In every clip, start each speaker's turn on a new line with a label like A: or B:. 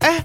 A: 哎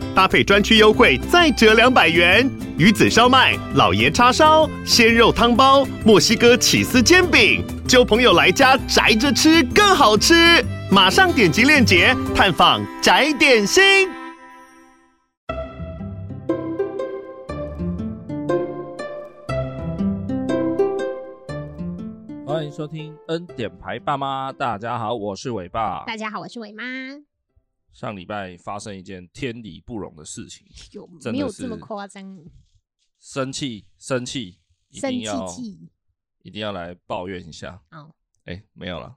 A: 搭配专区优惠再折两百元。鱼子烧麦、老爷叉烧、鲜肉汤包、墨西哥起司煎饼，就朋友来家宅着吃更好吃。马上点击链接探访宅点心。
B: 欢迎收听《恩典牌爸妈》，大家好，我是伟爸。
C: 大家好，我是伟妈。
B: 上礼拜发生一件天理不容的事情，
C: 有
B: 真的
C: 没有
B: 是
C: 这么 夸张？
B: 生气，生气，一
C: 生
B: 定
C: 气
B: 要
C: 气
B: 一定要来抱怨一下。
C: 哦，
B: 哎，没有了，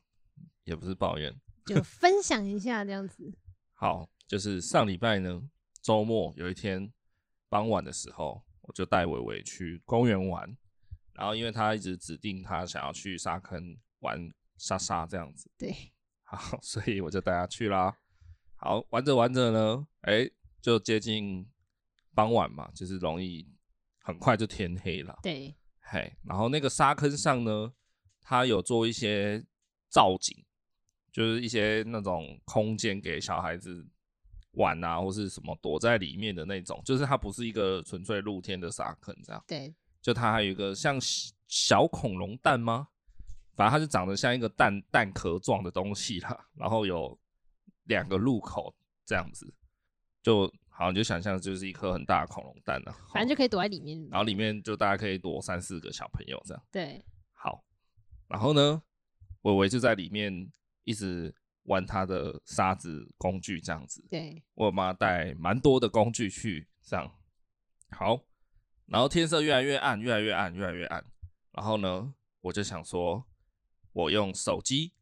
B: 也不是抱怨。
C: 就分享一下这样子。
B: 好，就是上礼拜呢，周末有一天傍晚的时候，我就带伟伟去公园玩，然后因为他一直指定他想要去沙坑玩沙沙这样子，
C: 对，
B: 好， 所以我就带他去啦。好，玩着玩着呢，哎，就接近傍晚嘛，就是容易很快就天黑了。
C: 对，
B: 嘿，然后那个沙坑上呢，它有做一些造景，就是一些那种空间给小孩子玩啊，或是什么躲在里面的那种，就是它不是一个纯粹露天的沙坑这样。
C: 对，
B: 就它还有一个像小小恐龙蛋吗？反正它是长得像一个蛋蛋壳状的东西啦，然后有两个入口这样子，就好像就想象就是一颗很大的恐龙蛋啊。
C: 反正就可以躲在里面。
B: 然后里面就大家可以躲三四个小朋友这样。
C: 对，
B: 好，然后呢，伟伟就在里面一直玩他的沙子工具这样子。
C: 对，。
B: 我妈带蛮多的工具去这样。好，然后天色越来越暗，越来越暗，越来越暗。然后呢，我就想说，我用手机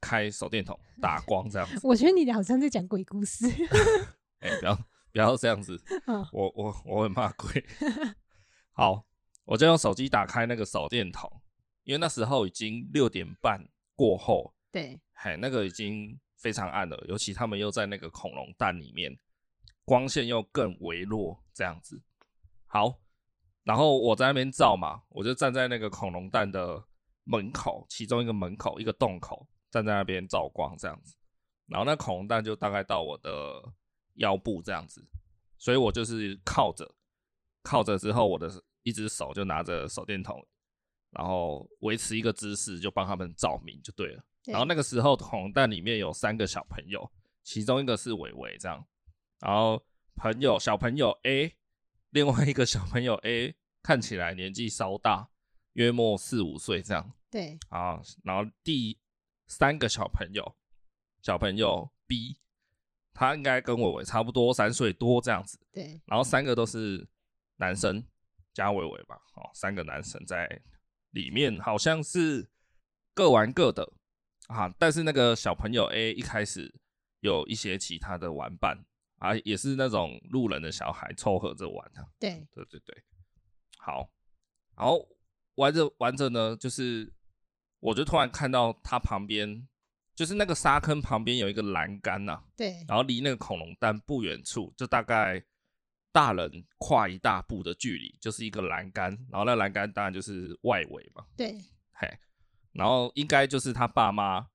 B: 开手电筒打光这样子
C: 我觉得你好像在讲鬼 故事。
B: 哎、不要不要这样子，
C: 嗯
B: 我我我很怕鬼。好，我就用手机打开那个手电筒，因为那时候已经六点半过后，
C: 对，
B: 嘿，那个已经非常暗了，尤其他们又在那个恐龙蛋里面，光线又更微弱，这样子。好，然后我在那边照嘛，我就站在那个恐龙蛋的门口，其中一个门口一个洞口，站在那边照光这样子。然后那恐龙蛋就大概到我的腰部这样子，所以我就是靠着，靠着之后，我的一只手就拿着手电筒，然后维持一个姿势，就帮他们照明就对了。
C: 对
B: 然后那个时候红蛋里面有三个小朋友，其中一个是伟伟这样，然后朋友小朋友 A，另外一个小朋友 A 看起来年纪稍大，约莫四五岁这样
C: 对，
B: 啊。然后第三个小朋友小朋友 B，他应该跟伟伟差不多三岁多这样子，
C: 对，
B: 然后三个都是男生加伟伟吧，哦，三个男生在里面，好像是各玩各的啊。但是那个小朋友 A 一开始有一些其他的玩伴啊，也是那种路人的小孩凑合着玩啊。
C: 对，
B: 对对对，好，然后玩着玩着呢，就是我就突然看到他旁边，就是那个沙坑旁边有一个栏杆呐、啊
C: 对，
B: 然后离那个恐龙蛋不远处，就大概大人跨一大步的距离，就是一个栏杆，然后那栏杆当然就是外围嘛，
C: 对，
B: 嘿，然后应该就是他爸妈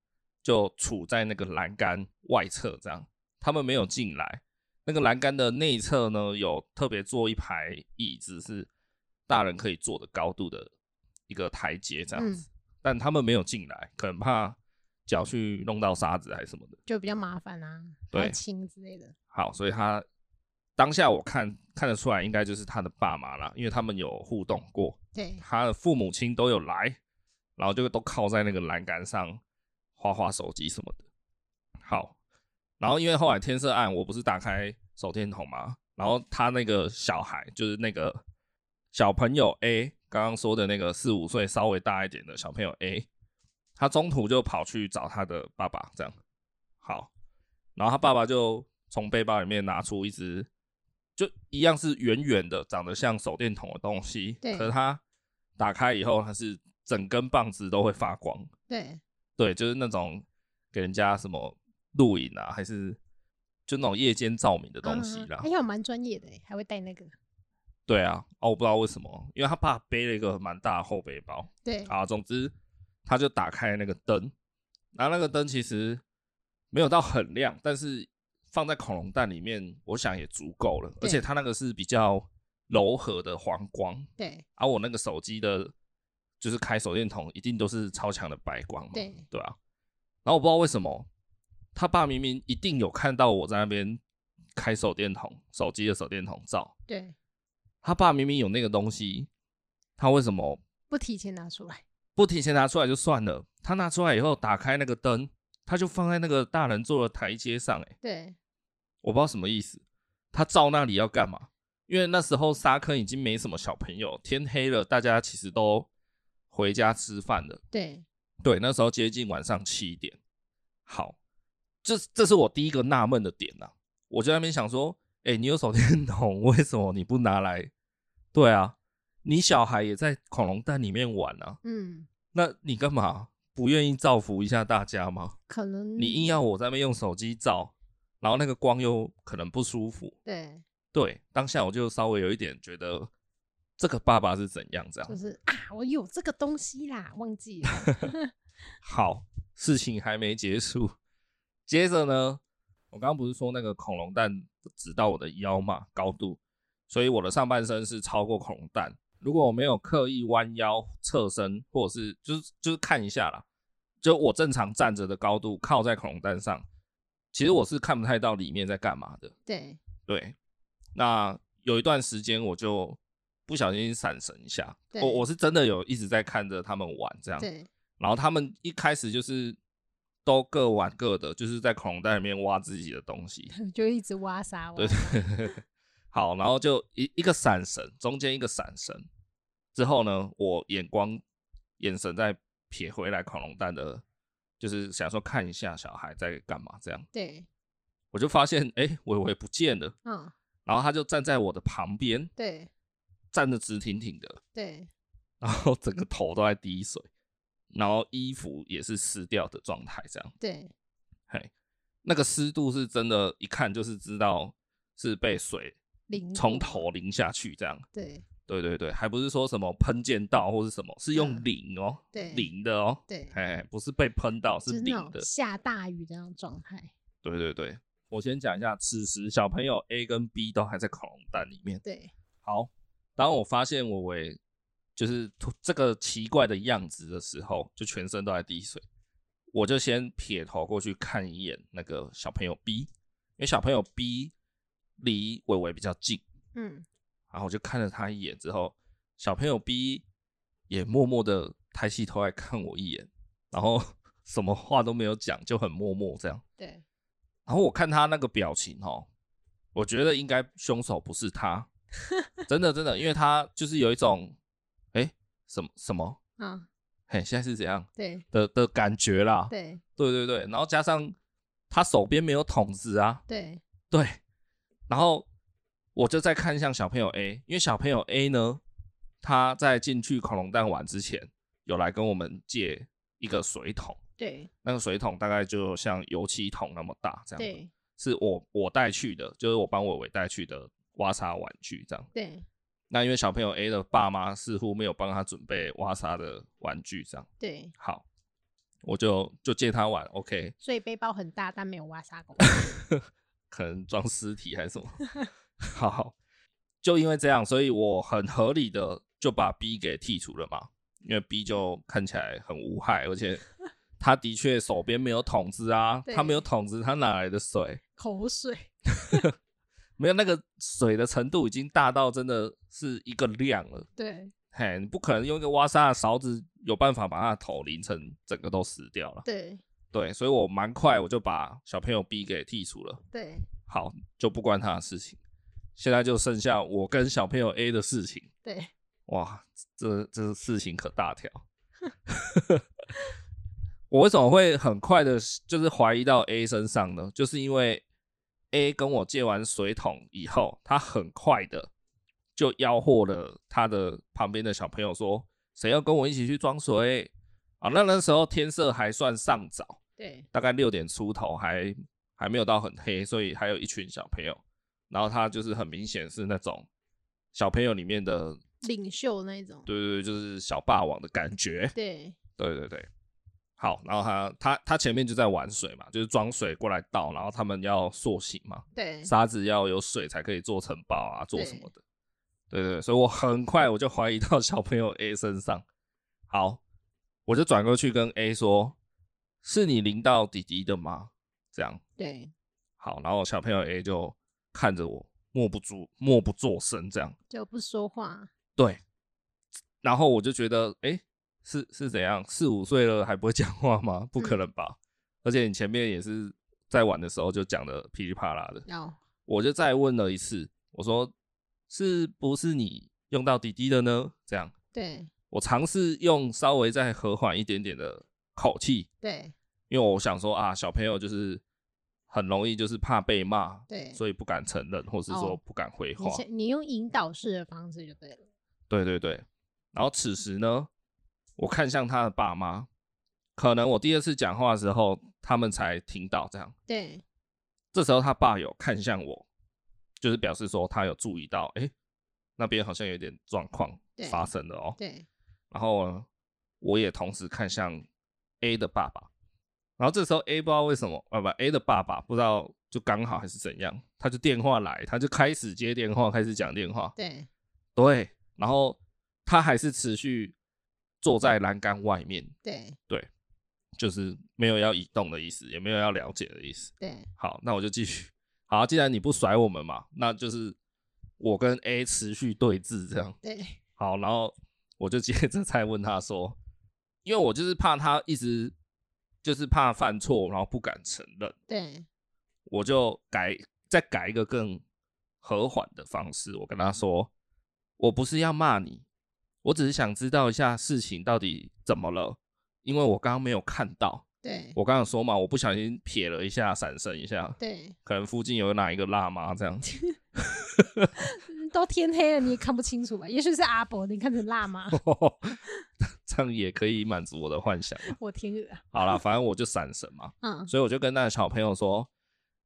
B: 就处在那个栏杆外侧这样，他们没有进来。那个栏杆的内侧呢，有特别做一排椅子，是大人可以坐的高度的一个台阶这样子，但他们没有进来，可能怕脚去弄到沙子还是什么的。
C: 就比较麻烦啊，
B: 对
C: 还亲之类的。
B: 好，所以他当下我看看得出来，应该就是他的爸妈啦，因为他们有互动过，
C: 对，
B: 他的父母亲都有来，然后就都靠在那个栏杆上划划手机什么的。好，然后因为后来天色暗，我不是打开手电筒嘛，然后他那个小孩就是那个小朋友 A，刚刚说的那个四五岁稍微大一点的小朋友 A，他中途就跑去找他的爸爸，这样好，然后他爸爸就从背包里面拿出一只。就一样是圆圆的，长得像手电筒的东西，
C: 对
B: 可是它打开以后，它是整根棒子都会发光，
C: 对，
B: 对，就是那种给人家什么录影啊，还是就那种夜间照明的东西
C: 嗯
B: 啦
C: 哎。呀，蛮专业的欸，还会带那个。
B: 对啊，哦，我不知道为什么，因为他爸背了一个蛮大的后背包，
C: 对，
B: 啊，总之他就打开那个灯，然后那个灯其实没有到很亮，但是放在恐龙蛋里面，我想也足够了。而
C: 对
B: 且它那个是比较柔和的黄光，
C: 对，
B: 而、啊我那个手机的，就是开手电筒一定都是超强的白光嘛，
C: 对
B: 对啊。然后我不知道为什么，他爸明明一定有看到我在那边开手电筒，手机的手电筒照，
C: 对，
B: 他爸明明有那个东西，他为什么
C: 不提前拿出来。
B: 不提前拿出来就算了，他拿出来以后打开那个灯，他就放在那个大人坐的台阶上、欸，
C: 对，
B: 我不知道什么意思，他照那里要干嘛？因为那时候沙坑已经没什么小朋友，天黑了，大家其实都回家吃饭了。
C: 对，
B: 对，那时候接近晚上七点。好，这这是我第一个纳闷的点呐、啊。我就在那边想说，哎、你有手电筒， 为什么你不拿来？对啊，你小孩也在恐龙蛋里面玩啊。
C: 嗯，
B: 那你干嘛不愿意造福一下大家吗？
C: 可能
B: 你硬要我在那边用手机照，然后那个光又可能不舒服。
C: 对，
B: 对，当下我就稍微有一点觉得这个爸爸是怎样这
C: 就
B: 样。
C: 是啊，我有这个东西啦，忘记了。
B: 好，事情还没结束，接着呢，我刚刚不是说那个恐龙蛋只到我的腰嘛高度，所以我的上半身是超过恐龙蛋。如果我没有刻意弯腰、侧身，或者是就是就是看一下啦，就我正常站着的高度靠在恐龙蛋上，其实我是看不太到里面在干嘛的。
C: 对，
B: 对，那有一段时间我就不小心闪神一下，
C: 对
B: 我我是真的有一直在看着他们玩这样。
C: 对，
B: 然后他们一开始就是都各玩各的，就是在恐龙蛋里面挖自己的东 西。
C: 就一直挖沙挖
B: 对
C: 沙。
B: 对， 好，然后就一一个闪神，中间一个闪神之后呢，我眼光眼神再瞥回来恐龙蛋的，就是想说看一下小孩在干嘛这样，
C: 对，
B: 我就发现哎，伟伟不见了，
C: 嗯，
B: 然后他就站在我的旁边，
C: 对，
B: 站得直挺挺的，
C: 对，
B: 然后整个头都在滴水，然后衣服也是湿掉的状态这样。
C: 对，
B: 嘿，那个湿度是真的，一看就是知道是被水
C: 零
B: 从
C: 度
B: 头淋下去这样。
C: 对
B: 对对对，还不是说什么喷溅到或是什么，是用
C: 嗯
B: 淋哦，
C: 对
B: 淋的哦，
C: 对，
B: 哎，不是被喷到，
C: 就是那
B: 淋
C: 种
B: 的。
C: 下大雨的那种状态。
B: 对对对，我先讲一下，此时小朋友 A 跟 B 都还在恐龙蛋里面。
C: 对，
B: 好，当我发现我为就是突这个奇怪的样子的时候，就全身都在滴水，我就先撇头过去看一眼那个小朋友 B，因为小朋友 B 离伟伟比较近，
C: 嗯，
B: 然后我就看了他一眼之后，小朋友 B 也默默的抬起头来看我一眼，然后 什么话都没有讲，就很默默这样。
C: 对，
B: 然后我看他那个表情哦，我觉得应该凶手不是 他，真的真的，因为他就是有一种，哎，什么什么，
C: 嗯，
B: 嘿，现在是怎样
C: 对，
B: 的的感觉啦？
C: 对，
B: 对对对，然后加上他手边没有筒子啊，
C: 对，
B: 对，然后我就再看向小朋友 A，因为小朋友 A 呢，他在进去恐龙蛋玩之前，有来跟我们借一个水桶，
C: 对，
B: 那个水桶大概就像油漆桶那么大，这样子
C: 对，
B: 是我我带去的，就是我帮伟伟带去的挖沙玩具这样。
C: 对，
B: 那因为小朋友 A 的爸妈似乎没有帮他准备挖沙的玩具，这样
C: 对，
B: 好，我就就借他玩，OK，
C: 所以背包很大，但没有 挖沙狗。
B: 可能装尸体还是什么。好，就因为这样，所以我很合理的就把 B 给剔除了嘛，因为 B 就看起来很无害，而且他的确手边没有桶子啊，
C: 对
B: 他没有桶子，他哪来的水？
C: 口水。
B: 没有那个水的程度已经大到真的是一个量了，
C: 对，
B: 嘿，你不可能用一个挖沙的勺子有办法把它的头淋成整个都死掉了。
C: 对，
B: 对，所以我蛮快我就把小朋友 B 给剔除了，
C: 对，
B: 好，就不关他的事情。现在就剩下我跟小朋友 A 的事情，
C: 对，
B: 哇，这这事情可大条。 我为什么会很快的，就是怀疑到 A 身上呢？就是因为 A 跟我借完水桶以后，他很快的就吆喝了他的旁边的小朋友说：“谁要跟我一起去装水？”啊，那那时候天色还算尚早，
C: 对，
B: 大概六点出头还还没有到很黑，所以还有一群小朋友。然后他就是很明显是那种小朋友里面的，
C: 领袖那一种，
B: 对对对，就是小霸王的感觉。
C: 对
B: 对对对，好，然后他他他前面就在玩水嘛，就是装水过来倒，然后他们要塑形嘛，
C: 对
B: 沙子要有水才可以做城堡啊，做什么的。对对对，所以我很快我就怀疑到小朋友 A 身上。好，我就转过去跟 A 说：“是你淋到弟弟的吗？”这样
C: 对，
B: 好，然后小朋友 A 就看着我，默不作默不作声这样。
C: 就不说话，
B: 对，然后我就觉得，哎，是是怎样？四五岁了还不会讲话吗？不
C: 嗯
B: 可能吧！而且你前面也是在玩的时候就讲的噼里啪啦的，
C: 然后
B: 我就再问了一次，我说是不是你用到滴滴的呢？这样，
C: 对
B: 我尝试用稍微再和缓一点点的口气，
C: 对
B: 因为我想说啊，小朋友就是很容易就是怕被骂，
C: 对，
B: 所以不敢承认，或是说
C: 哦
B: 不敢回话。
C: 你先你用引导式的方式就对了，
B: 对对对。然后此时呢，我看向他的爸妈，可能我第二次讲话的时候，他们才听到这样。
C: 对
B: 这时候他爸有看向我，就是表示说他有注意到，哎，那边好像有点状况
C: 对
B: 发生了哦。
C: 对
B: 然后呢我也同时看向 A 的爸爸，然后这时候 A 不知道为什么，啊不，A 的爸爸不知道就刚好还是怎样，他就电话来，他就开始接电话，开始讲电话。
C: 对
B: 对，然后他还是持续坐在栏杆外面，
C: 对
B: 就是没有要移动的意思，也没有要了解的意思。
C: 对
B: 好，那我就继续。好，既然你不甩我们嘛，那就是我跟 A 持续对峙这样。
C: 对
B: 好，然后我就接着再问他说，因为我就是怕他一直就是怕犯错，然后不敢承认，
C: 对
B: 我就改再改一个更和缓的方式，我跟他说，我不是要骂你，我只是想知道一下事情到底怎么了，因为我刚刚没有看到，
C: 对
B: 我刚刚有说嘛，我不小心瞥了一下，闪身一下，
C: 对，
B: 可能附近有哪一个辣妈这样子。
C: 嗯都天黑了，你也看不清楚吧？也许是阿伯，你看成辣吗？
B: 这样也可以满足我的幻想嘛。
C: 我天鹅啊，
B: 好啦，反正我就闪神嘛，
C: 嗯，
B: 所以我就跟那个小朋友说：“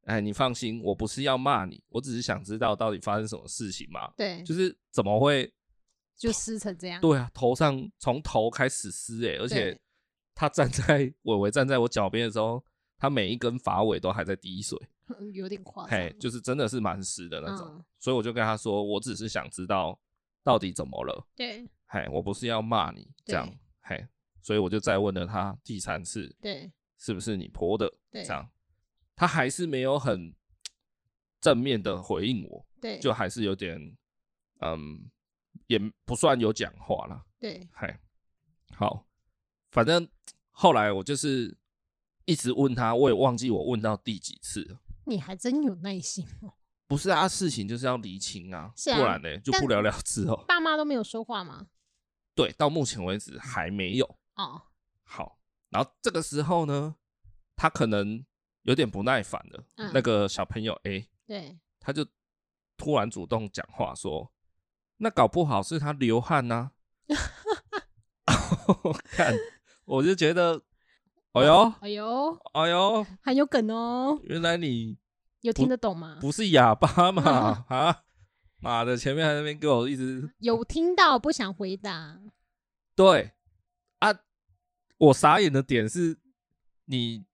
B: 哎，你放心，我不是要骂你，我只是想知道到底发生什么事情嘛，
C: 对，
B: 就是怎么会
C: 就撕成这样，
B: 对啊，头上从头开始撕哎、而且
C: 对
B: 他站在伟伟站在我脚边的时候，他每一根发尾都还在滴水，
C: 嗯有点 夸张，
B: 嘿，就是真的是蛮湿的那种。
C: 嗯
B: 所以我就跟他说，我只是想知道到底怎么了，
C: 对
B: 嘿，我不是要骂你这样
C: 对，
B: 嘿，所以我就再问了他第三次，
C: 对
B: 是不是你泼的？
C: 对
B: 这样，他还是没有很正面的回应我，
C: 对，
B: 就还是有点，嗯，也不算有讲话啦。
C: 对
B: 嗨，好，反正后来我就是一直问他，我也忘记我问到第几次了。
C: 你还真有耐心哦。
B: 不是啊，事情就是要厘清啊，
C: 是啊
B: 不然呢就
C: 但
B: 不了了之哦。
C: 爸妈都没有说话吗？
B: 对，到目前为止还没有。
C: 哦，
B: 好，然后这个时候呢，他可能有点不耐烦了。
C: 嗯
B: 那个小朋友 A，
C: 对
B: 他就突然主动讲话说：“那搞不好是他流汗呐、 啊。”看，我就觉得，哎 呦，
C: 哎呦，
B: 哎呦，
C: 很有梗哦，
B: 原来你
C: 有听得懂吗？
B: 不是哑巴嘛？ 啊，妈的，前面还在那边给我一直
C: 有听到，不想回答。
B: 对啊，我傻眼的点是，你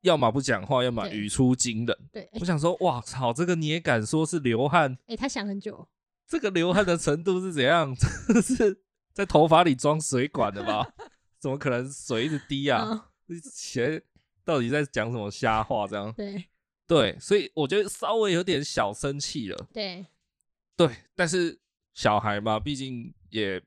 B: 要么不讲话，要么
C: 对
B: 语出惊人。
C: 对，哎、
B: 我想说，哇操，这个你也敢说是流汗？
C: 哎他想很久，
B: 这个流汗的程度是怎样？ 这是在头发里装水管的吧？ 怎么可能水一直滴啊？
C: 嗯，
B: 这前到底在讲什么瞎话？这样
C: 对
B: 对，所以我觉得稍微有点小生气了。
C: 对
B: 对，但是小孩嘛，毕竟也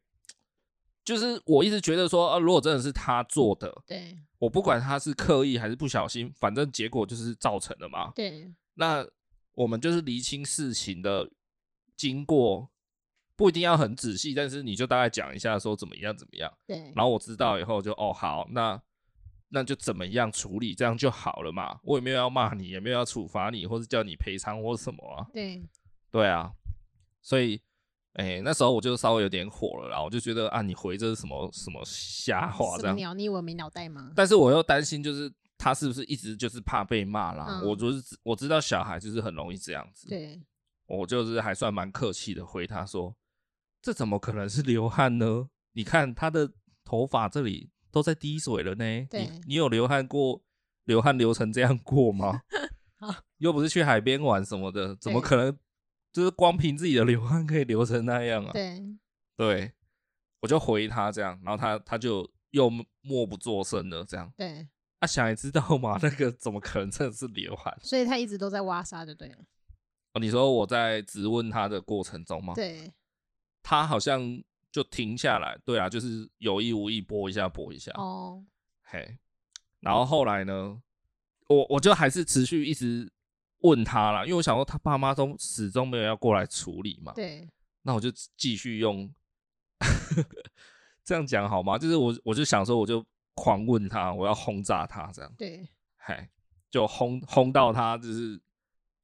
B: 就是我一直觉得说，啊，如果真的是他做的，
C: 对
B: 我不管他是刻意还是不小心，反正结果就是造成的嘛。
C: 对
B: 那我们就是厘清事情的经过，不一定要很仔细，但是你就大概讲一下说怎么样怎么样。
C: 对
B: 然后我知道以后就哦好，那那就怎么样处理，这样就好了嘛。我也没有要骂你，也没有要处罚你，或是叫你赔偿或什么啊。
C: 对
B: 对啊，所以哎、那时候我就稍微有点火了啦，我就觉得啊，你回这是什么什么瞎话
C: 什
B: 这
C: 么
B: 样。
C: 鸟？你以为我没脑袋吗？
B: 但是我又担心，就是他是不是一直就是怕被骂啦？
C: 嗯
B: 我就是知我知道小孩就是很容易这样子，
C: 对，
B: 我就是还算蛮客气的回他说，这怎么可能是流汗呢？你看他的头发这里都在滴水了呢，
C: 对
B: 你你有流汗过，流汗流成这样过吗
C: 好？
B: 又不是去海边玩什么的，怎么
C: 对
B: 可能就是光凭自己的流汗可以流成那样啊？
C: 对，
B: 对，我就回他这样，然后他他就又默不作声的这样。
C: 对，
B: 啊，想也知道嘛，那个怎么可能真的是流汗？
C: 所以他一直都在挖沙，就对了。
B: 哦，你说我在质问他的过程中吗？，
C: 对，
B: 他好像就停下来。对啊，就是有意无意拨一下拨一下。
C: 哦，
B: 嘿，然后后来呢，我我就还是持续一直问他啦，因为我想说他爸妈都始终没有要过来处理嘛。
C: 对，
B: 那我就继续用 这样讲好吗？就是我我就想说，我就狂问他，我要轰炸他这样，
C: 对，
B: 嗨，就轰轰到他就是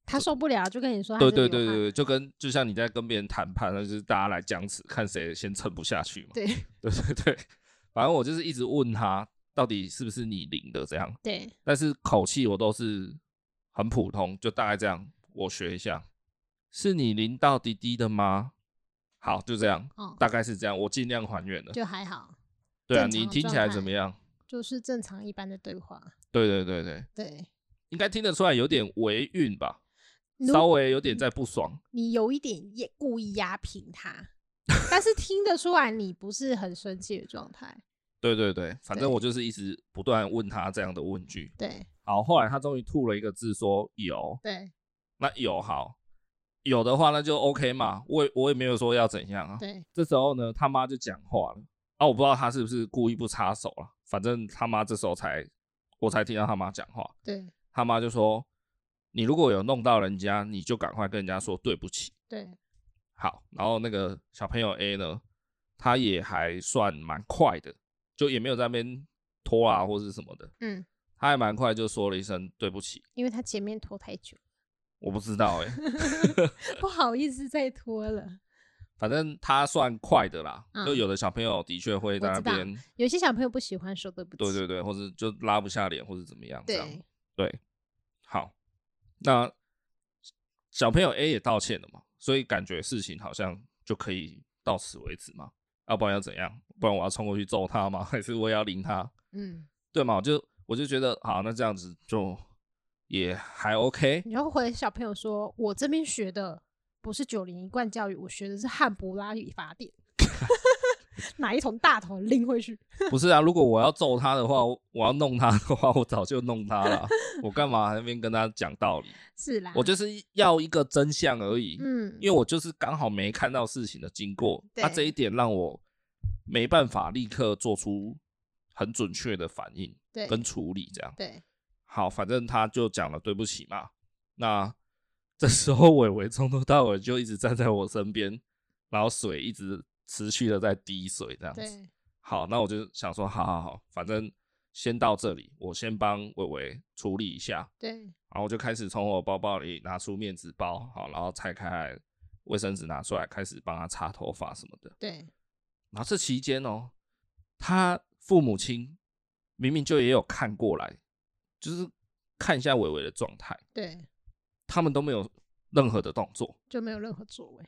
C: 他受不了，就跟你说他
B: 对
C: 是
B: 对
C: 流
B: 对对
C: 汗
B: 对，就跟就像你在跟别人谈判，那就是大家来僵持，看谁先撑不下去嘛。
C: 对
B: 对对对，反正我就是一直问他到底是不是你领的这样，
C: 对
B: 但是口气我都是很普通，就大概这样，我学一下，是你淋到滴滴的吗？好，就这样。
C: 哦，
B: 大概是这样，我尽量还原了。
C: 就还好，
B: 对啊，
C: 正常
B: 你
C: 的
B: 听起来
C: 状态
B: 怎么样？
C: 就是正常一般的对话。
B: 对对对对，
C: 对，
B: 应该听得出来有点违韵吧，
C: 如
B: 稍微有点在不爽。
C: 你有一点也故意压平他，但是听得出来你不是很生气的状态。
B: 对对对，反正
C: 对
B: 我就是一直不断问他这样的问句。
C: 对
B: 好，后来他终于吐了一个字说有，
C: 对
B: 那有好，有的话那就 OK 嘛，我也我也没有说要怎样啊。
C: 对，
B: 这时候呢，他妈就讲话了啊，我不知道他是不是故意不插手了，反正他妈这时候才我才听到他妈讲话，
C: 对
B: 他妈就说：“你如果有弄到人家，你就赶快跟人家说对不起。
C: 对”
B: 好，然后那个小朋友 A 呢，他也还算蛮快的，就也没有在那边拖啊或是什么的，
C: 嗯，
B: 他还蛮快就说了一声对不起。
C: 因为他前面拖太 久，
B: 我不知道哎、
C: 不好意思再拖了。
B: 反正他算快的啦。
C: 嗯
B: 就有的小朋友的确会在那边，
C: 有些小朋友不喜欢说对不起，
B: 对对对，或者就拉不下脸或者怎么样这样。
C: 对
B: 对，好，那小朋友 A 也道歉了嘛，所以感觉事情好像就可以到此为止嘛，要不然要怎样？不然我要冲过去揍他吗？ 还是我也要淋他？
C: 嗯，
B: 对嘛？我就我就觉得好，那这样子就也还 OK。
C: 你要回小朋友说，我这边学的不是九零一贯教育，我学的是汉博拉语法 典，哪一桶大头拎回去？
B: 不是啊，如果我要揍他的话，我我要弄他的话，我早就弄他了，我干嘛还那边跟他讲道理？
C: 是啦，
B: 我就是要一个真相而已。
C: 嗯，
B: 因为我就是刚好没看到事情的经过，
C: 对
B: 那、这一点让我没办法立刻做出很准确的反应
C: 对
B: 跟处理。这样
C: 对
B: 好，反正他就讲了对不起嘛。那这时候伟伟从头到尾就一直站在我身边，然后水一直持续的在滴水这样子。
C: 对
B: 好，那我就想说，好好好，反正先到这里，我先帮伟伟处理一下。
C: 对
B: 然后我就开始从我包包里拿出面纸包，好，然后拆开来，卫生纸拿出来，开始帮他擦头发什么的。
C: 对
B: 然后这期间哦，他父母亲明明就也有看过来，就是看一下伟伟的状态，
C: 对，
B: 他们都没有任何的动作。
C: 就没有任何作为，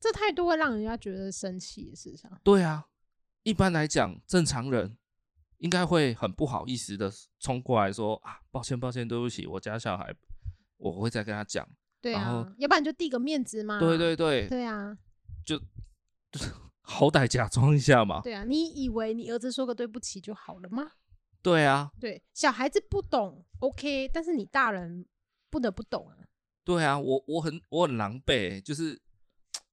C: 这态度会让人家觉得生气。事实上，
B: 对啊，一般来讲，正常人应该会很不好意思的冲过来说啊，抱歉抱歉，对不起，我家小孩，我会再跟他讲。
C: 对
B: 然后
C: 啊，要不然就递个面子嘛。
B: 对对对，
C: 对啊，
B: 好歹假装一下嘛。
C: 对啊，你以为你儿子说个对不起就好了吗？
B: 对啊，
C: 对，小孩子不懂，OK，但是你大人不得不懂啊。
B: 对啊，我我很我很狼狈欸，就是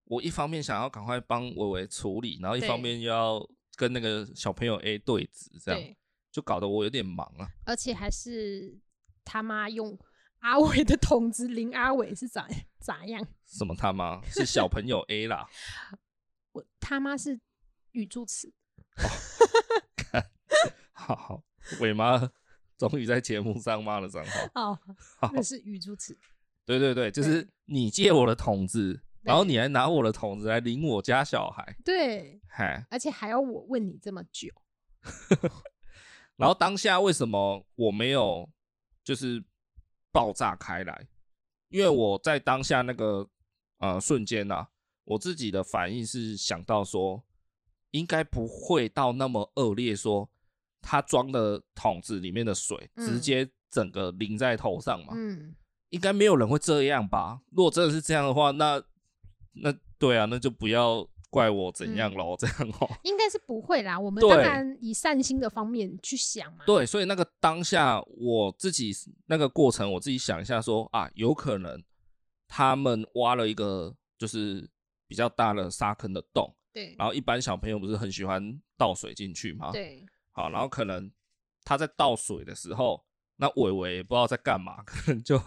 B: 我一方面想要赶快帮伟伟处理，然后一
C: 对
B: 方面又要跟那个小朋友 A 对峙，这样
C: 对，
B: 就搞得我有点忙啊。
C: 而且还是他妈用阿伟的筒子淋阿伟是咋咋样？
B: 什么他妈是小朋友 A 啦？
C: 我他妈是语 助词，
B: 好好，伟妈终于在节目上骂了脏话。
C: 哦
B: 好，
C: 那是语助词，
B: 对对对，就是
C: 对
B: 你借我的桶子，然后你还拿我的桶子来淋我家小孩，
C: 对，
B: 嗨。
C: 而且还要我问你这么久，
B: 然后当下为什么我没有就是爆炸开来？因为我在当下那个呃瞬间呐、啊，我自己的反应是想到说，应该不会到那么恶劣说他装的桶子里面的水
C: 嗯
B: 直接整个淋在头上嘛，
C: 嗯，
B: 应该没有人会这样吧？如果真的是这样的话，那那对啊，那就不要怪我
C: 嗯
B: 怎样喽，这样哦。
C: 应该是不会啦。我们
B: 对
C: 当然以善心的方面去想嘛。
B: 对，所以那个当下我自己那个过程，我自己想一下说啊，有可能他们挖了一个就是比较大的沙坑的洞，
C: 对
B: 然后一般小朋友不是很喜欢倒水进去吗？，
C: 对，
B: 好，然后可能他在倒水的时候，那伟伟也不知道在干嘛， 可能就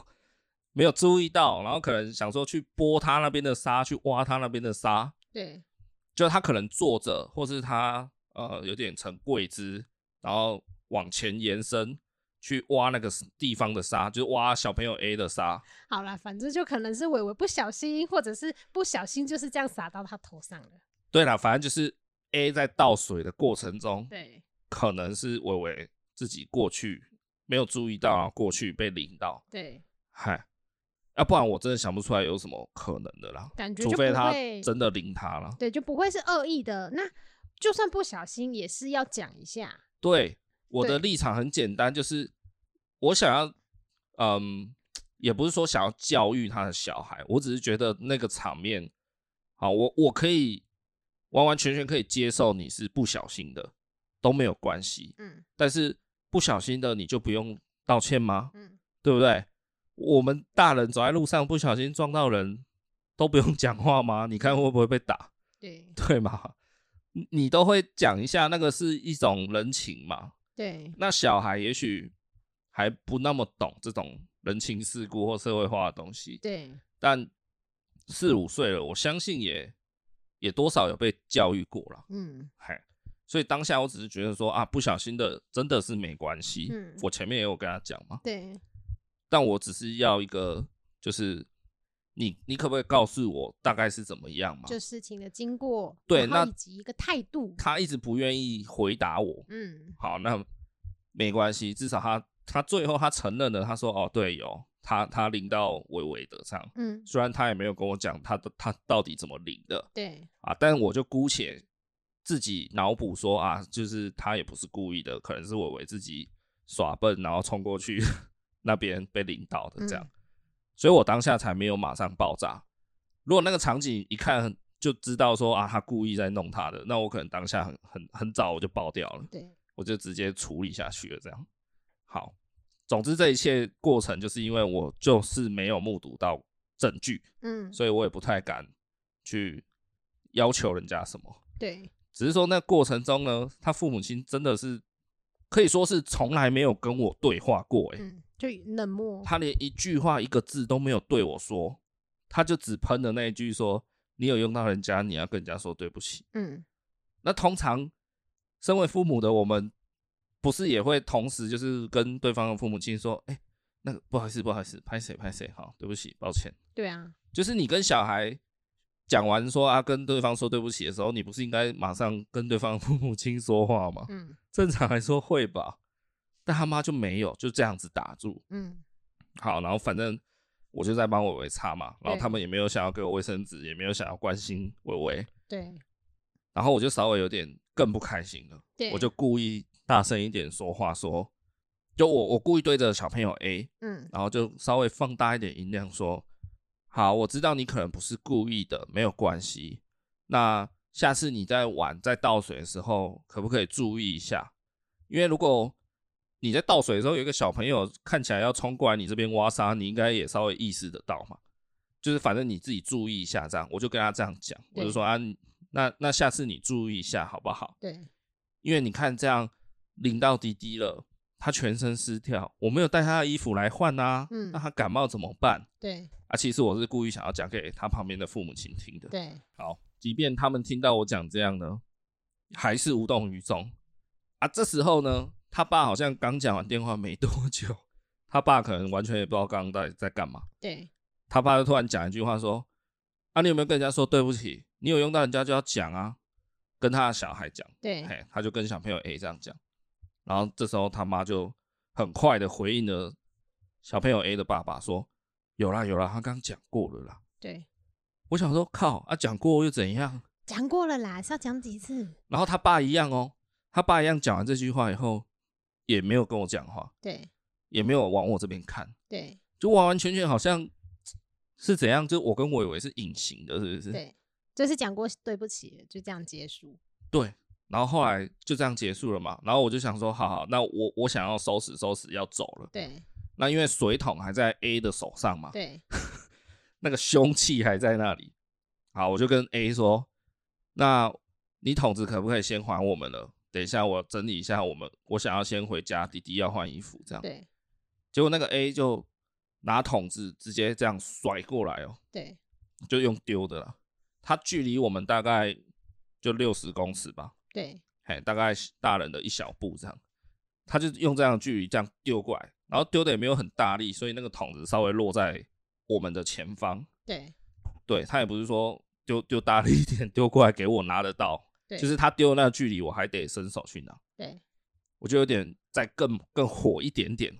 B: 没有注意到，然后可能想说去拨他那边的沙，去挖他那边的沙，
C: 对，
B: 就他可能坐着，或是他呃有点呈跪姿，然后往前延伸去挖那个地方的沙，就是挖小朋友 A 的沙。
C: 好啦，反正就可能是伟伟不小心，或者是不小心就是这样洒到他头上了。
B: 对啦，反正就是 A 在倒水的过程中，
C: 对，
B: 可能是伟伟自己过去没有注意到，然后过去被淋到，
C: 对，
B: 嗨。要、不然我真的想不出来有什么可能的啦，
C: 感觉
B: 除
C: 就
B: 非
C: 不
B: 他
C: 会
B: 真的淋他了。
C: 对，就不会是恶意的。那就算不小心，也是要讲一下。
B: 对，我的
C: 对
B: 立场很简单，就是我想要，嗯，也不是说想要教育他的小孩，我只是觉得那个场面，好，我我可以完完全全可以接受你是不小心的，都没有关系，
C: 嗯
B: 但是不小心的你就不用道歉吗？
C: 嗯，
B: 对不对？我们大人走在路上不小心撞到人，都不用讲话吗？你看会不会被打？
C: 对
B: 对嘛？你你都会讲一下，那个是一种人情嘛。
C: 对
B: 那小孩也许还不那么懂这种人情世故或社会化的东西，
C: 对
B: 但四五岁了，我相信也也多少有被教育过了，
C: 嗯
B: 嗨。所以当下我只是觉得说啊，不小心的真的是没关系。
C: 嗯
B: 我前面也有跟他讲嘛，
C: 对
B: 但我只是要一个，就是你你可不可以告诉我大概是怎么样嘛？
C: 就事情的经过，
B: 对
C: 然后
B: 那
C: 以及一个态度，
B: 他一直不愿意回答我，
C: 嗯
B: 好，那没关系，至少他他最后他承认了，他说哦，对，有他他淋到伟伟的这样，
C: 嗯，
B: 虽然他也没有跟我讲他的他到底怎么淋的
C: 对
B: 啊，但我就姑且自己脑补说啊，就是他也不是故意的，可能是伟伟自己耍笨，然后冲过去 那边被淋到的这样，
C: 嗯
B: 所以我当下才没有马上爆炸。如果那个场景一看就知道说啊，他故意在弄他的，那我可能当下很很很早我就爆掉了。
C: 对，
B: 我就直接处理下去了。这样，好，总之这一切过程就是因为我就是没有目睹到证据，
C: 嗯
B: 所以我也不太敢去要求人家什么。
C: 对
B: 只是说那过程中呢，他父母亲真的是可以说是从来没有跟我对话过、欸，
C: 嗯，就冷漠，
B: 他连一句话一个字都没有对我说，他就只喷了那一句说：“你有用到人家，你要跟人家说对不起。”
C: 嗯
B: 那通常，身为父母的我们，不是也会同时就是跟对方的父母亲说：“哎、那个不好意思，不好意思，拍谁拍谁，好，对不起，抱歉。
C: 对啊，”
B: 就是你跟小孩讲完说啊，跟对方说对不起的时候，你不是应该马上跟对方的父母亲说话吗？
C: 嗯
B: 正常来说会吧，但他妈就没有，就这样子打住。
C: 嗯
B: 好，然后反正我就在帮伟伟擦嘛，然后
C: 对
B: 他们也没有想要给我卫生纸，也没有想要关心伟伟，
C: 对
B: 然后我就稍微有点更不开心了。
C: 对，
B: 我就故意大声一点说话说就我我故意对着小朋友 A，
C: 嗯
B: 然后就稍微放大一点音量说，好，我知道你可能不是故意的，没有关系。那下次你在玩在倒水的时候，可不可以注意一下？因为如果你在倒水的时候有一个小朋友看起来要冲过来你这边挖沙，你应该也稍微意识得到嘛。就是反正你自己注意一下，这样我就跟他这样讲，我就
C: 对
B: 说啊，那那下次你注意一下好不好？
C: 对
B: 因为你看这样淋到滴滴了，他全身湿跳，我没有带他的衣服来换啊，
C: 嗯
B: 那他感冒怎么办？
C: 对
B: 啊，其实我是故意想要讲给他旁边的父母亲听的。
C: 对
B: 好，即便他们听到我讲这样呢，还是无动于衷。啊，这时候呢，他爸好像刚讲完电话没多久，他爸可能完全也不知道刚刚到底在干嘛，
C: 对
B: 他爸就突然讲一句话说：“啊，你有没有跟人家说对不起？你有用到人家就要讲啊，跟他的小孩讲。”
C: 对
B: 嘿，他就跟小朋友 A 这样讲，然后这时候他妈就很快的回应了小朋友 A 的爸爸说：“有啦有啦，他刚讲过了啦。
C: 对，”
B: 我想说靠啊，讲过又怎样？
C: 讲过了啦，是要讲几次？
B: 然后他爸一样哦，他爸一样讲完这句话以后，也没有跟我讲话，
C: 对
B: 也没有往我这边看，
C: 对
B: 就完完全全好像是怎样？就我跟我以为是隐形的，是不是？
C: 对，就是讲过对不起，就这样结束。
B: 对，然后后来就这样结束了嘛。然后我就想说，好好，那我我想要收拾收拾，要走了。
C: 对
B: 那因为水桶还在 A 的手上嘛，
C: 对
B: 那个凶器还在那里。好，我就跟 A 说，那你桶子可不可以先还我们了？等一下我整理一下，我们我想要先回家，弟弟要换衣服这样。
C: 对
B: 结果那个 A 就拿桶子直接这样甩过来哦，
C: 对，
B: 就用丢的啦。它距离我们大概就六十公尺吧，
C: 对
B: 嘿，大概是大人的一小步这样，他就用这样的距离这样丢过来，然后丢的也没有很大力，所以那个桶子稍微落在我们的前方。
C: 对
B: 对他也不是说丢丢大力一点丢过来给我拿得到，
C: 对，
B: 就是他丢的那个距离，我还得伸手去拿，
C: 对
B: 我就有点再更更火一点点，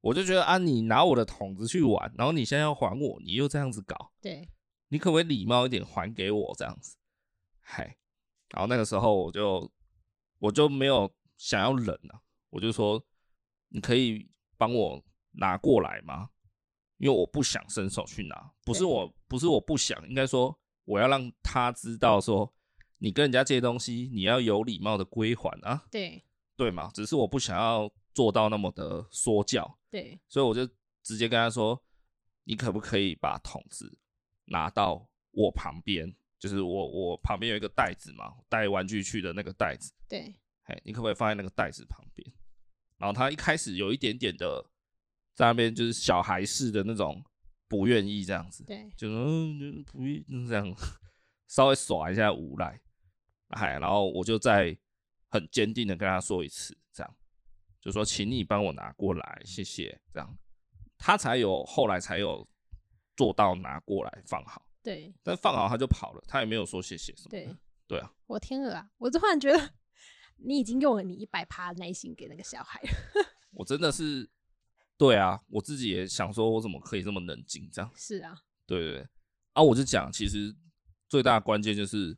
B: 我就觉得啊，你拿我的桶子去玩，然后你现在要还我，你又这样子搞，
C: 对
B: 你可不可以礼貌一点还给我这样子？嗨，然后那个时候我就我就没有想要忍啊，我就说你可以帮我拿过来吗？因为我不想伸手去拿，不是
C: 对
B: 我不是我不想，应该说我要让他知道说你跟人家借东西，你要有礼貌的归还啊，
C: 对
B: 对吗？只是我不想要做到那么的说教，
C: 对
B: 所以我就直接跟他说：“你可不可以把桶子拿到我旁边？就是我我旁边有一个袋子嘛，带玩具去的那个袋子，
C: 对
B: 嘿，你可不可以放在那个袋子旁边？”然后他一开始有一点点的在那边就是小孩式的那种不愿意这样子，
C: 对
B: 就说嗯不愿意这样，稍微耍一下无赖，哎，然后我就再很坚定的跟他说一次，这样就说请你帮我拿过来，谢谢，这样他才有后来才有做到拿过来放好，
C: 对
B: 但放好他就跑了，他也没有说谢谢什么的，
C: 对，
B: 对啊，
C: 我天鹅啊！我突然觉得你已经用了你一百趴耐心给那个小孩了。
B: 我真的是，对啊，我自己也想说我怎么可以这么冷静这样。
C: 是啊，
B: 对对对，啊，我就讲，其实最大的关键就是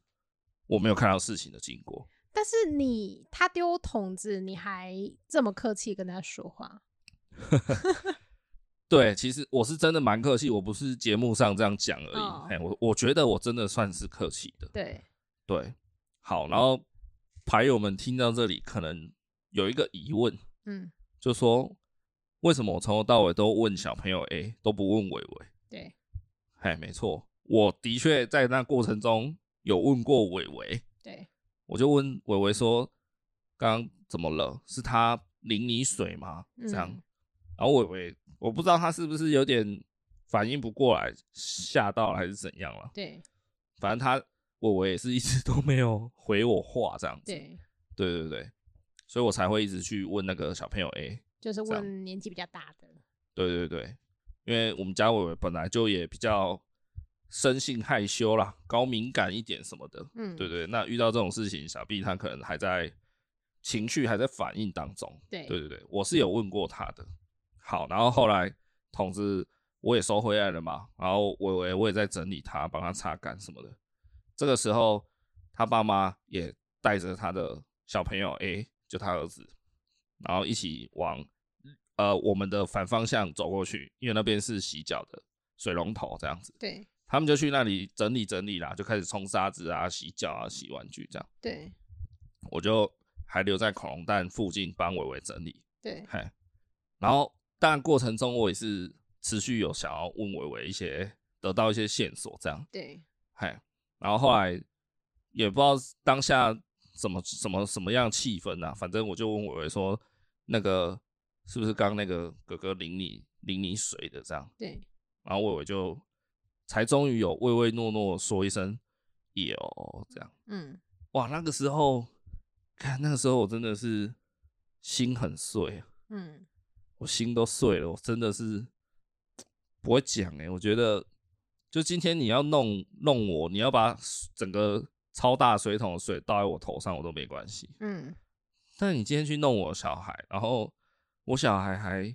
B: 我没有看到事情的经过。
C: 但是你他丢桶子，你还这么客气跟他说话，
B: 对，其实我是真的蛮客气，我不是节目上这样讲而
C: 哦
B: 已。哎、我我觉得我真的算是客气的。
C: 对
B: 对，好，然后牌友们听到这里，可能有一个疑问，
C: 嗯
B: 就说为什么我从头到尾都问小朋友 A，都不问伟伟？
C: 对
B: 哎，没错，我的确在那过程中有问过伟伟，
C: 对
B: 我就问伟伟说：“刚刚怎么了？是他淋你水吗？”
C: 嗯
B: 这样，然后伟伟我不知道他是不是有点反应不过来，吓到了还是怎样了。
C: 对
B: 反正他伟伟也是一直都没有回我话，这样子。
C: 对，
B: 对对对所以我才会一直去问那个小朋友 A。
C: 就是
B: 这样
C: 问年纪比较大的，
B: 对对对，因为我们家伟伟本来就也比较生性害羞啦，高敏感一点什么的。
C: 嗯，
B: 对对，那遇到这种事情，想必他可能还在情绪还在反应当中。
C: 对嗯
B: 对对对，我是有问过他的。好，然后后来筒子我也收回来了嘛，然后伟伟我也在整理他，帮他擦干什么的。这个时候，他爸妈也带着他的小朋友 A，就他儿子，然后一起往呃我们的反方向走过去，因为那边是洗脚的水龙头这样子。
C: 对
B: 他们就去那里整理整理啦，就开始冲沙子啊、洗脚啊、洗玩具这样。
C: 对
B: 我就还留在恐龙蛋附近帮伟伟整理，
C: 对
B: 嗨。然后当然过程中我也是持续有想要问伟伟一些，得到一些线索这样，
C: 对
B: 嗨。然后后来也不知道当下怎么什么什么样气氛啊，反正我就问伟伟说，那个是不是刚那个哥哥淋你淋你水的这样？
C: 对
B: 然后伟伟就才终于有唯唯诺诺地说一声有这样，
C: 嗯
B: 哇，那个时候，看那个时候我真的是心很碎啊，
C: 嗯
B: 我心都碎了，我真的是不会讲哎、我觉得就今天你要弄弄我，你要把整个超大水桶的水倒在我头上，我都没关系，
C: 嗯，
B: 但你今天去弄我小孩，然后我小孩还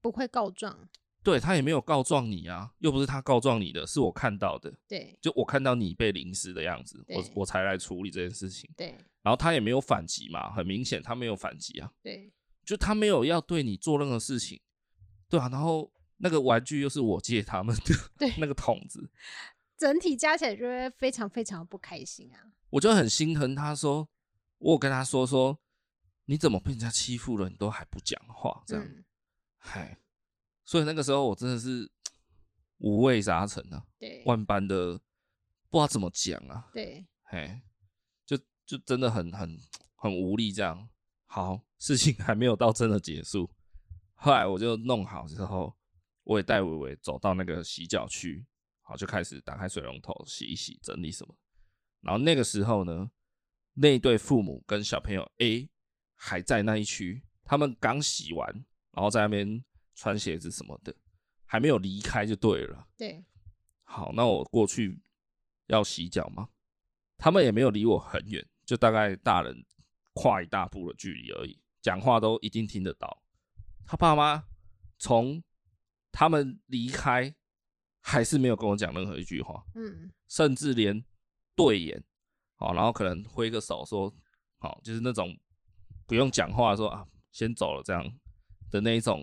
C: 不会告状，
B: 对他也没有告状你啊，又不是他告状你的，是我看到的，
C: 对
B: 就我看到你被淋湿的样子，我
C: 对
B: 我才来处理这件事情。
C: 对
B: 然后他也没有反击嘛，很明显他没有反击啊，
C: 对
B: 就他没有要对你做任何事情，对啊。然后那个玩具又是我借他们的，
C: 对
B: 那个桶子，
C: 整体加起来就会非常非常不开心啊。
B: 我就很心疼他说，我有跟他说说，你怎么被人家欺负了，你都还不讲话这样，
C: 嗯，
B: 嗨、所以那个时候我真的是五味杂陈啊，
C: 对
B: 万般的不知道怎么讲啊，
C: 对
B: 嘿，就就真的很很很无力这样。好，事情还没有到真的结束，后来我就弄好之后，我也带伟伟走到那个洗脚区，好就开始打开水龙头洗一洗，整理什么。然后那个时候呢，那一对父母跟小朋友 A 还在那一区，他们刚洗完，然后在那边穿鞋子什么的，还没有离开就对了。
C: 对
B: 好，那我过去要洗脚吗？他们也没有离我很远，就大概大人跨一大步的距离而已，讲话都一定听得到。他爸妈从他们离开，还是没有跟我讲任何一句话，
C: 嗯
B: 甚至连对眼，好，然后可能挥个手说，好，就是那种不用讲话说啊，先走了这样的那一种，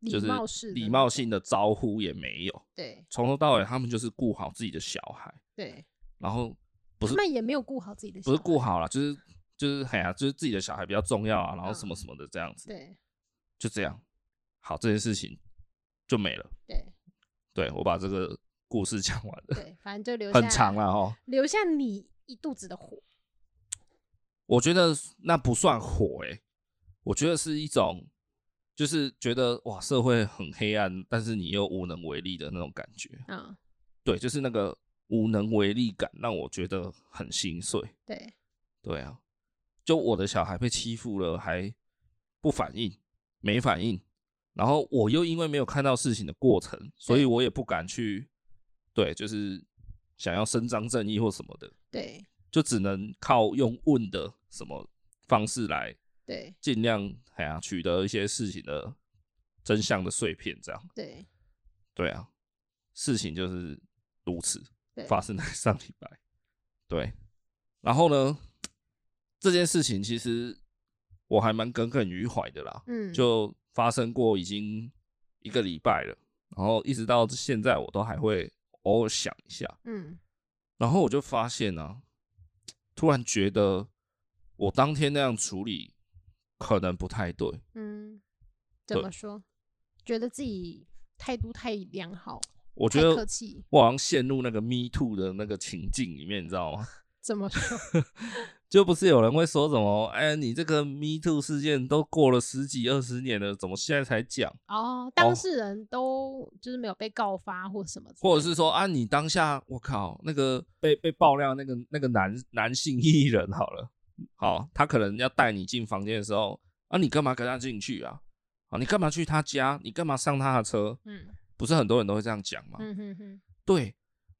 C: 礼
B: 就是
C: 貌式的
B: 礼
C: 那
B: 貌
C: 种
B: 性的招呼也没有。
C: 对
B: 从头到尾他们就是顾好自己的小孩，
C: 对，
B: 然后不
C: 他
B: 是
C: 们也没有顾好自己的，
B: 不是顾，好了，就是就是哎呀，就是自己的小孩比较重要啊，然后
C: 嗯
B: 什么什么的这样子，
C: 对
B: 就这样，好这件事情就没了。
C: 对
B: 对我把这个故事 讲完了，
C: 对，反正就留下
B: 很长了哦。
C: 留下你一肚子的火。
B: 我觉得那不算火诶、我觉得是一种，就是觉得哇社会很黑暗，但是你又无能为力的那种感觉。
C: 嗯，
B: 对，就是那个无能为力感让我觉得很心碎。
C: 对
B: 对啊，就我的小孩被欺负了，还不反应，没反应，然后我又因为没有看到事情的过程，所以我也不敢去，对，就是想要伸张正义或什么的，
C: 对
B: 就只能靠用问的什么方式来
C: 对
B: 尽量哎呀取得一些事情的真相的碎片，这样
C: 对
B: 对啊，事情就是如此。
C: 对，
B: 发生在上礼拜。对，然后呢，这件事情其实我还蛮耿耿于怀的啦，
C: 嗯
B: 就发生过已经一个礼拜了，然后一直到现在我都还会偶尔想一下，
C: 嗯
B: 然后我就发现啊，突然觉得我当天那样处理可能不太对，
C: 嗯，怎
B: 对
C: 么说？觉得自己态度太良好，
B: 我觉
C: 太客
B: 得
C: 气，
B: 我好像陷入那个 me too 的那个情境里面，你知道吗？
C: 怎 么说？
B: 就不是有人会说什么，哎，你这个 Me Too 事件都过了十几二十年了，怎么现在才讲？
C: 哦，
B: 哦
C: 当事人都就是没有被告发或什么之类的，
B: 或者是说啊，你当下我靠，那个 被被爆料那个那个男男性艺人好了，好，他可能要带你进房间的时候，啊，你干嘛跟他进去啊？啊，你干嘛去他家？你干嘛上他的车？
C: 嗯
B: 不是很多人都会这样讲吗？
C: 嗯哼哼，
B: 对，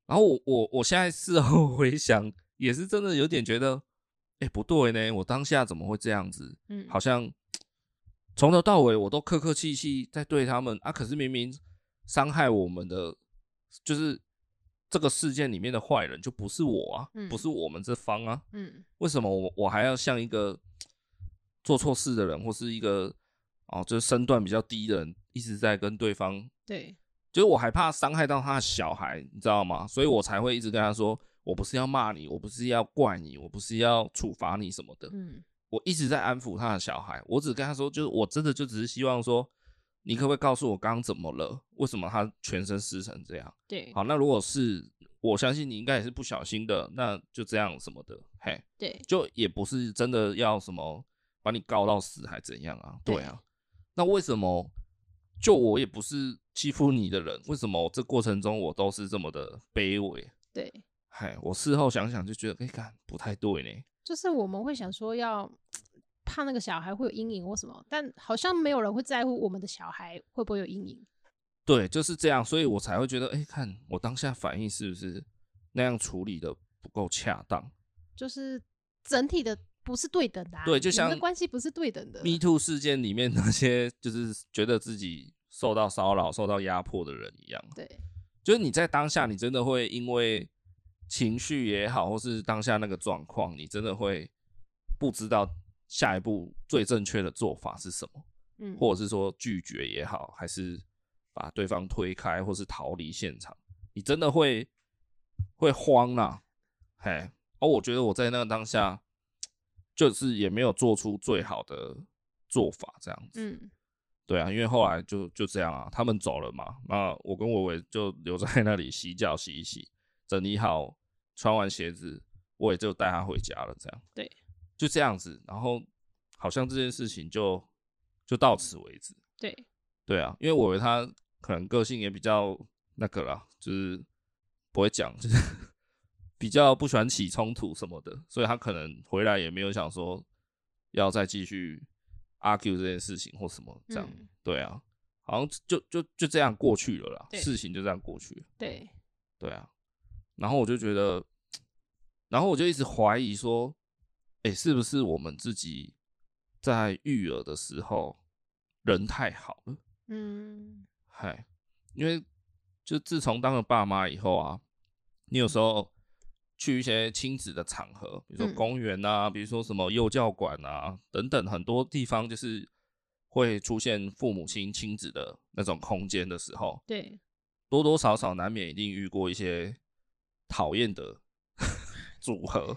B: 然后我我我现在事后 回想，也是真的有点觉得，哎，不对呢，我当下怎么会这样子？
C: 嗯，
B: 好，像从头到尾我都客客气气在对他们啊，可是明明伤害我们的就是这个事件里面的坏人就不是我啊，
C: 嗯
B: 不是我们这方啊，
C: 嗯
B: 为什么我我还要像一个做错事的人或是一个哦就是身段比较低的人一直在跟对方，
C: 对
B: 就是我还怕伤害到他的小孩，你知道吗？所以我才会一直跟他说。我不是要骂你，我不是要怪你，我不是要处罚你什么的。
C: 嗯
B: 我一直在安抚他的小孩，我只跟他说，就是我真的就只是希望说，你可不可以告诉我刚刚怎么了？为什么他全身湿成这样？
C: 对
B: 好，那如果是我相信你应该也是不小心的，那就这样什么的，嘿，
C: 对
B: 就也不是真的要什么把你告到死还怎样啊？
C: 对
B: 对啊，那为什么就我也不是欺负你的人，为什么这过程中我都是这么的卑微？
C: 对，
B: 嘿，我事后想想就觉得，哎、看不太对呢。
C: 就是我们会想说要怕那个小孩会有阴影或什么，但好像没有人会在乎我们的小孩会不会有阴影。
B: 对，就是这样，所以我才会觉得，哎、看我当下反应是不是那样处理的不够恰当？
C: 就是整体的不是对等的、啊，
B: 对就
C: 你们
B: 像
C: 的关系不是对等的。
B: Me Too 事件里面那些就是觉得自己受到骚扰、受到压迫的人一样，
C: 对
B: 就是你在当下，你真的会因为情绪也好，或是当下那个状况，你真的会不知道下一步最正确的做法是什么，
C: 嗯，
B: 或者是说拒绝也好，还是把对方推开，或是逃离现场，你真的会会慌啦、嘿，而、我觉得我在那个当下，就是也没有做出最好的做法，这样子。
C: 嗯
B: 对啊，因为后来就就这样啊，他们走了嘛，那我跟伟伟就留在那里洗脚洗一洗，整理好，穿完鞋子，我也就带他回家了，这样。
C: 对，
B: 就这样子，然后好像这件事情就就到此为止。
C: 对
B: 对啊，因为伟伟他可能个性也比较那个啦，就是不会讲，就是 比较不喜欢起冲突什么的，所以他可能回来也没有想说要再继续 argue 这件事情或什么这样。
C: 嗯
B: 对啊，好像就就就这样过去了啦，
C: 对
B: 事情就这样过去了。
C: 对，
B: 对啊，然后我就觉得，然后我就一直怀疑说，哎、是不是我们自己在育儿的时候人太好了？
C: 嗯
B: 嗨，因为就自从当了爸妈以后啊，你有时候去一些亲子的场合，比如说
C: 嗯
B: 公园啊，比如说什么幼教馆啊等等，很多地方就是会出现父母亲亲子的那种空间的时候，
C: 对，
B: 多多少少难免一定遇过一些讨厌的 组合，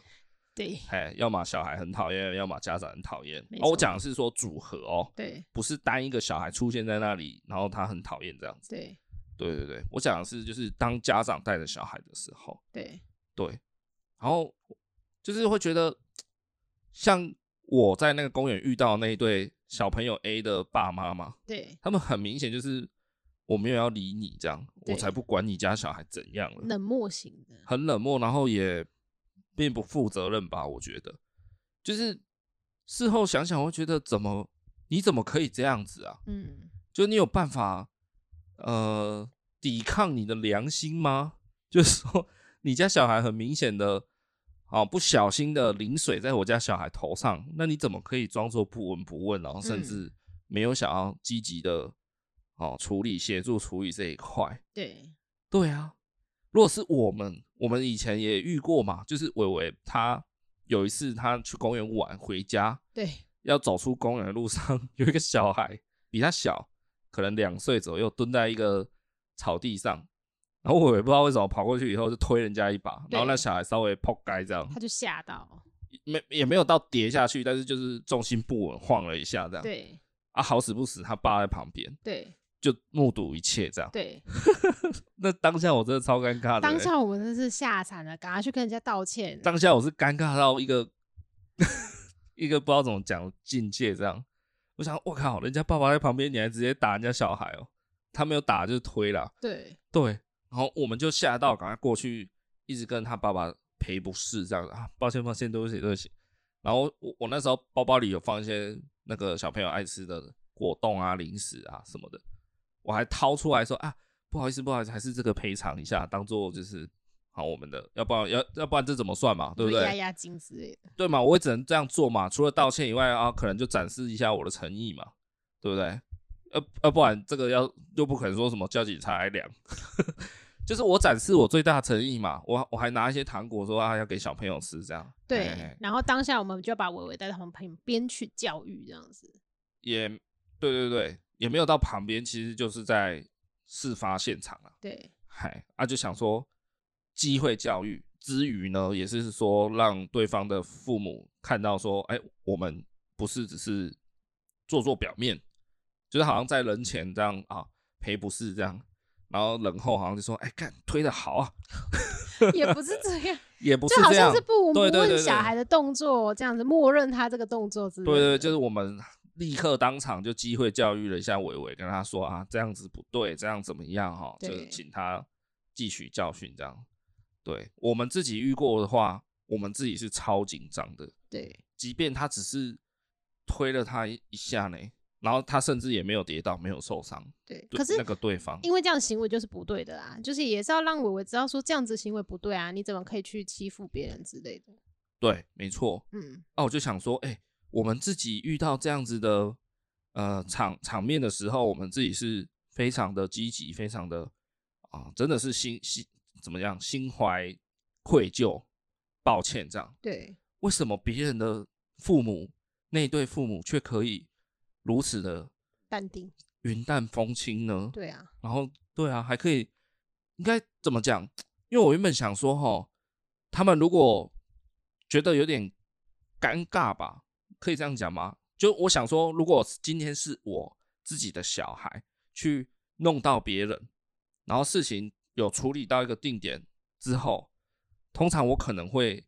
C: 对
B: 哎，要么小孩很讨厌，要么家长很讨厌。
C: 没
B: 哦，我
C: 错
B: 讲的是说组合哦，
C: 对
B: 不是单一个小孩出现在那里，然后他很讨厌这样子。
C: 对
B: 对对对，我讲的是就是当家长带着小孩的时候，
C: 对，
B: 对，然后就是会觉得，像我在那个公园遇到那一对小朋友 A 的爸妈嘛，
C: 对，
B: 他们很明显就是我没有要理你这样，我
C: 对
B: 才不管你家小孩怎样了，
C: 冷漠型的，
B: 很冷漠，然后也并不负责任吧，我觉得，就是事后想想，我会觉得怎么你怎么可以这样子啊？
C: 嗯，
B: 就你有办法呃抵抗你的良心吗？ 就是说，你家小孩很明显的啊，不小心的淋水在我家小孩头上，那你怎么可以装作不闻不问，然后甚
C: 嗯
B: 至没有想要积极的哦、处理协助处理这一块？
C: 对
B: 对啊，如果是我们，我们以前也遇过嘛，就是伟伟他有一次他去公园玩回家，
C: 对
B: 要走出公园的路上， 有一个小孩比他小，可能两岁左右，蹲在一个草地上，然后我也不知道为什么跑过去以后就推人家一把，
C: 对
B: 然后那小孩稍微扑街这样
C: 他，就吓到，
B: 没也没有到跌下去，但是就是重心不稳，晃了一下这样。
C: 对
B: 啊，好死不死，他爸在旁边
C: 对
B: 就目睹一切这样。
C: 对，
B: 那当下我真的超尴尬的欸、
C: 当下我们真是吓惨了，赶快去跟人家道歉，
B: 当下我是尴尬到一个 一个不知道怎么讲的境界，这样。我想，我靠，人家爸爸在旁边，你还直接打人家小孩哦？他没有打就是推啦，
C: 对
B: 对。嗯然后我们就吓到，赶快过去，一直跟他爸爸赔不是这样子啊，抱歉抱歉，对不起对不起。然后我我那时候包包里有放一些那个小朋友爱吃的果冻啊、零食啊什么的，我还掏出来说啊，不好意思不好意思，还是这个赔偿一下，当做就是好我们的，要不然要要不然这怎么算嘛，对不对？
C: 压压惊之类的，
B: 对嘛，我也只能这样做嘛。除了道歉以外啊，可能就展示一下我的诚意嘛，对不对？呃呃，不然这个要又不可能说什么叫警察来量， 就是我展示我最大的诚意嘛。我我还拿一些糖果说啊要给小朋友吃，这样哎嘿嘿
C: 对
B: 嘿。
C: 然后当下我们就把伟伟带到旁旁边去教育，这样子，
B: 也对对对，也没有到旁边，其实就是在事发现场啊。
C: 对
B: 嗨，啊，就想说机会教育之余呢，也是说让对方的父母看到说，哎、我们不是只是做做表面，就是好像在人前这样啊赔不是这样，然后人后好像就说，哎、干推的好啊，
C: 也不是这样，
B: 也不是
C: 就好
B: 这样
C: 像是，不闻不
B: 对对对
C: 问
B: 对
C: 小孩的动作这样子，默认他这个动作之类的，
B: 对对，就是我们立刻当场就机会教育了一下伟伟，跟他说啊，这样子不对，这样怎么样哈，就
C: 对
B: 是请他汲取教训这样。对我们自己遇过的话，我们自己是超紧张的，
C: 对
B: 即便他只是推了他一一下呢，然后他甚至也没有跌倒，没有受伤。
C: 对，
B: 对
C: 可是
B: 那个对方，
C: 因为这样的行为就是不对的啦，就是也是要让伟伟知道说这样子行为不对啊，你怎么可以去欺负别人之类的？
B: 对，没错。
C: 嗯，
B: 啊，我就想说，哎、我们自己遇到这样子的呃场场面的时候，我们自己是非常的积极，非常的啊、真的是心心怎么样，心怀愧疚、抱歉这样。
C: 对，
B: 为什么别人的父母那一对父母却可以如此的
C: 淡定，
B: 云淡风轻呢？
C: 对啊，
B: 然后对啊，还可以，应该怎么讲？因为我原本想说哈，他们如果觉得有点尴尬吧，可以这样讲吗？就我想说，如果今天是我自己的小孩去弄到别人，然后事情有处理到一个定点之后，通常我可能会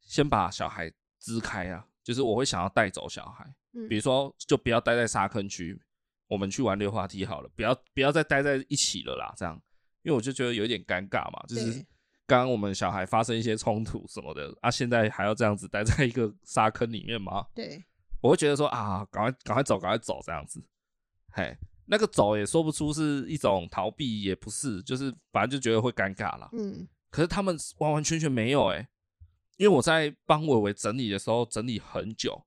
B: 先把小孩支开啊，就是我会想要带走小孩。
C: 嗯
B: 比如说就不要待在沙坑区，我们去玩溜滑梯好了，不要不要再待在一起了啦，这样，因为我就觉得有点尴尬嘛，就是
C: 对
B: 刚刚我们小孩发生一些冲突什么的，啊，现在还要这样子待在一个沙坑里面吗？
C: 对，
B: 我会觉得说啊，赶快赶快走，赶快走这样子，嘿，那个走也说不出是一种逃避，也不是，就是反正就觉得会尴尬啦。
C: 嗯，
B: 可是他们完完全全没有哎、因为我在帮伟伟整理的时候整理很久，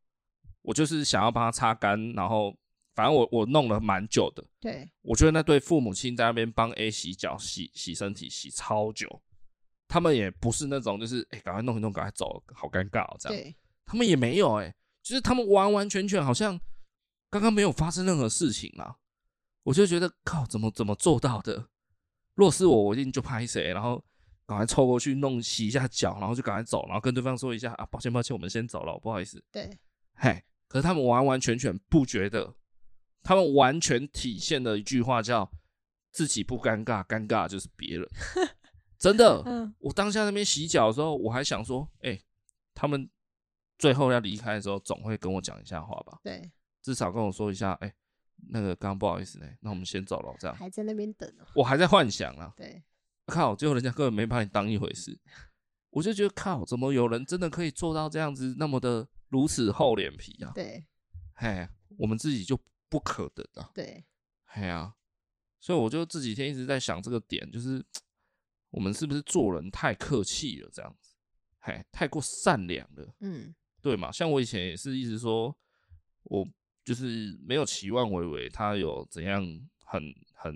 B: 我就是想要帮他擦干，然后反正我我弄了蛮久的。
C: 对，
B: 我觉得那对父母亲在那边帮 A 洗脚、洗洗身体、洗超久，他们也不是那种就是哎赶、快弄一弄，赶快走，好尴尬、哦、这样。
C: 对，
B: 他们也没有哎、就是他们完完全全好像刚刚没有发生任何事情啊。我就觉得靠，怎么怎么做到的？若是我，我一定就拍谁，然后赶快凑过去弄洗一下脚，然后就赶快走，然后跟对方说一下啊，抱歉抱歉，我们先走了，不好意思。
C: 对，
B: 嘿，可是他们完完全全不觉得，他们完全体现了一句话叫“自己不尴尬，尴尬就是别人” 。真的，
C: 嗯，
B: 我当下那边洗脚的时候，我还想说，哎、他们最后要离开的时候，总会跟我讲一下话吧，
C: 对，
B: 至少跟我说一下，哎、那个刚刚不好意思呢、那我们先走了，这样。
C: 还在那边等哦，
B: 我还在幻想啊，
C: 对，
B: 靠，最后人家根本没把你当一回事，我就觉得靠，怎么有人真的可以做到这样子，那么的如此厚脸皮啊？
C: 对，
B: 嘿，我们自己就不可得啊。
C: 对，
B: 哎呀、所以我就这几天一直在想这个点，就是我们是不是做人太客气了，这样子，嘿，太过善良了，
C: 嗯，
B: 对嘛？像我以前也是一直说，我就是没有期望伟伟他有怎样很很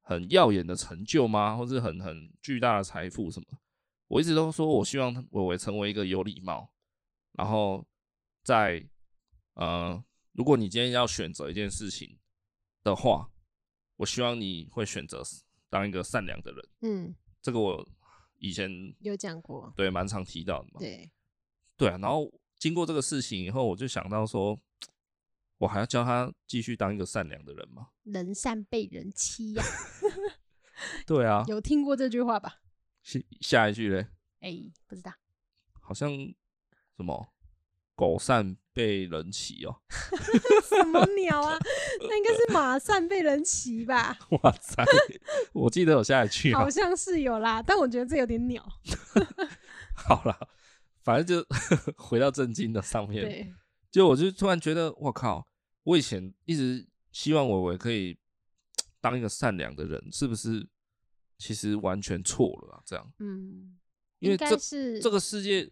B: 很耀眼的成就吗，或是很很巨大的财富什么？我一直都说我希望他伟伟成为一个有礼貌，然后在呃，如果你今天要选择一件事情的话，我希望你会选择当一个善良的人。
C: 嗯，
B: 这个我以前
C: 有讲过，
B: 对蛮常提到的嘛。
C: 对，
B: 对
C: 嗯
B: 啊，然后经过这个事情以后，我就想到说，我还要教他继续当一个善良的人吗？
C: 人善被人欺呀，
B: 对啊，
C: 有听过这句话吧？
B: 下下一句嘞，
C: 哎，不知道，
B: 好像什么狗善被人骑哦，
C: 什么鸟 啊？那应该是马善被人骑吧？
B: 哇塞， 我记得有下一句啊
C: 好，像是 有啦，但我觉得这有点鸟。
B: 好啦，反正就 回到正经的上面，
C: 对，
B: 就我就突然觉得，我靠，我以前一直希望伟伟可以当一个善良的人，是不是？其实完全错了啊！这样，
C: 嗯，
B: 因为
C: 应
B: 这
C: 该是
B: 这个世界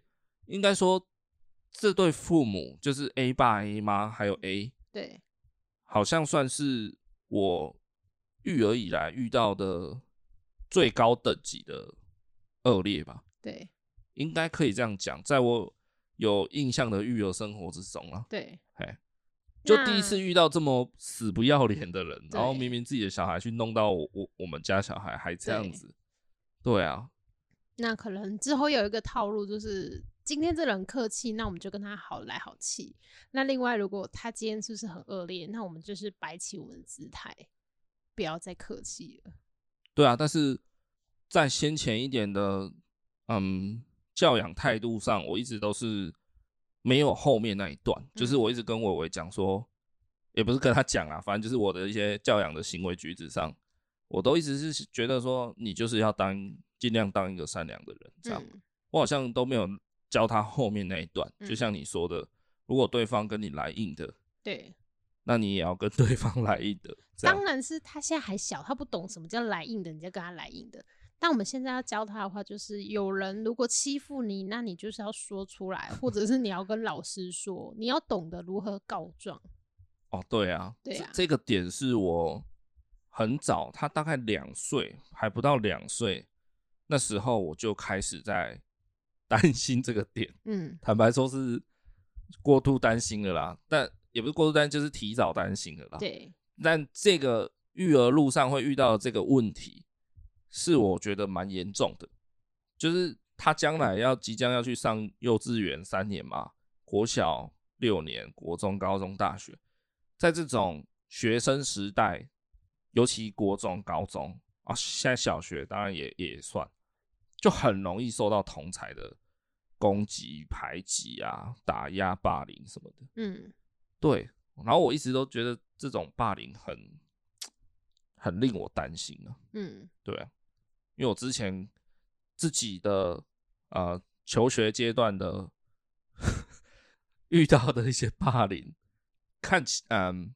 B: 应该说，这对父母就是 A 爸、A 妈还
C: 嗯
B: 有 A，
C: 对
B: 好像算是我育儿以来遇到的最高等级的恶劣吧，
C: 对
B: 应该可以这样讲，在我有印象的育儿生活之中啊。
C: 对，
B: 就
C: 那
B: 第一次遇到这么死不要脸的人，
C: 对
B: 然后明明自己的小孩去弄到我我我们家小孩还这样
C: 对
B: 子，对啊，
C: 那可能之后有一个套路，就是今天这人客气，那我们就跟他好来好气。那另外，如果他今天是不是很恶劣，那我们就是摆起我们的姿态，不要再客气了。
B: 对啊，但是在先前一点的嗯教养态度上，我一直都是没有后面那一段，就是
C: 嗯
B: 我一直跟伟伟讲说，也不是跟他讲啊，反正就是我的一些教养的行为举止上，我都一直是觉得说，你就是要当尽量当一个善良的人，这样。
C: 嗯，
B: 我好像都没有教他后面那一段，
C: 嗯
B: 就像你说的，如果对方跟你来硬的，
C: 对，
B: 那你也要跟 对方来硬的，这样
C: 当然是他现在还小，他不懂什么叫来硬的，你就跟他来硬的。但我们现在要教他的话，就是有人如果欺负你，那你就是要说出来，或者是你要跟老师说，你要懂得如何告状。
B: 哦，对啊，
C: 对
B: 这
C: 啊
B: 这个点是我很早，他大概两岁，还不到两岁，那时候我就开始在 担心这个点。
C: 嗯
B: 坦白说是过度担心了啦，但也不是过度担心，就是提早担心了啦。，
C: 对，
B: 但这个育儿路上会遇到的这个问题，是我觉得蛮严重的，就是他将来要即将要去上幼稚园三年嘛，国小六年，国中、高中、大学，在这种学生时代，尤其国中、高中啊，现在小学当然也也算，就很容易受到同才的攻击、排挤啊、打压、霸凌什么的。
C: 嗯
B: 对，然后我一直都觉得这种霸凌很很令我担心啊，
C: 嗯
B: 对啊，因为我之前自己的呃求学阶段的 遇到的一些霸凌，看起嗯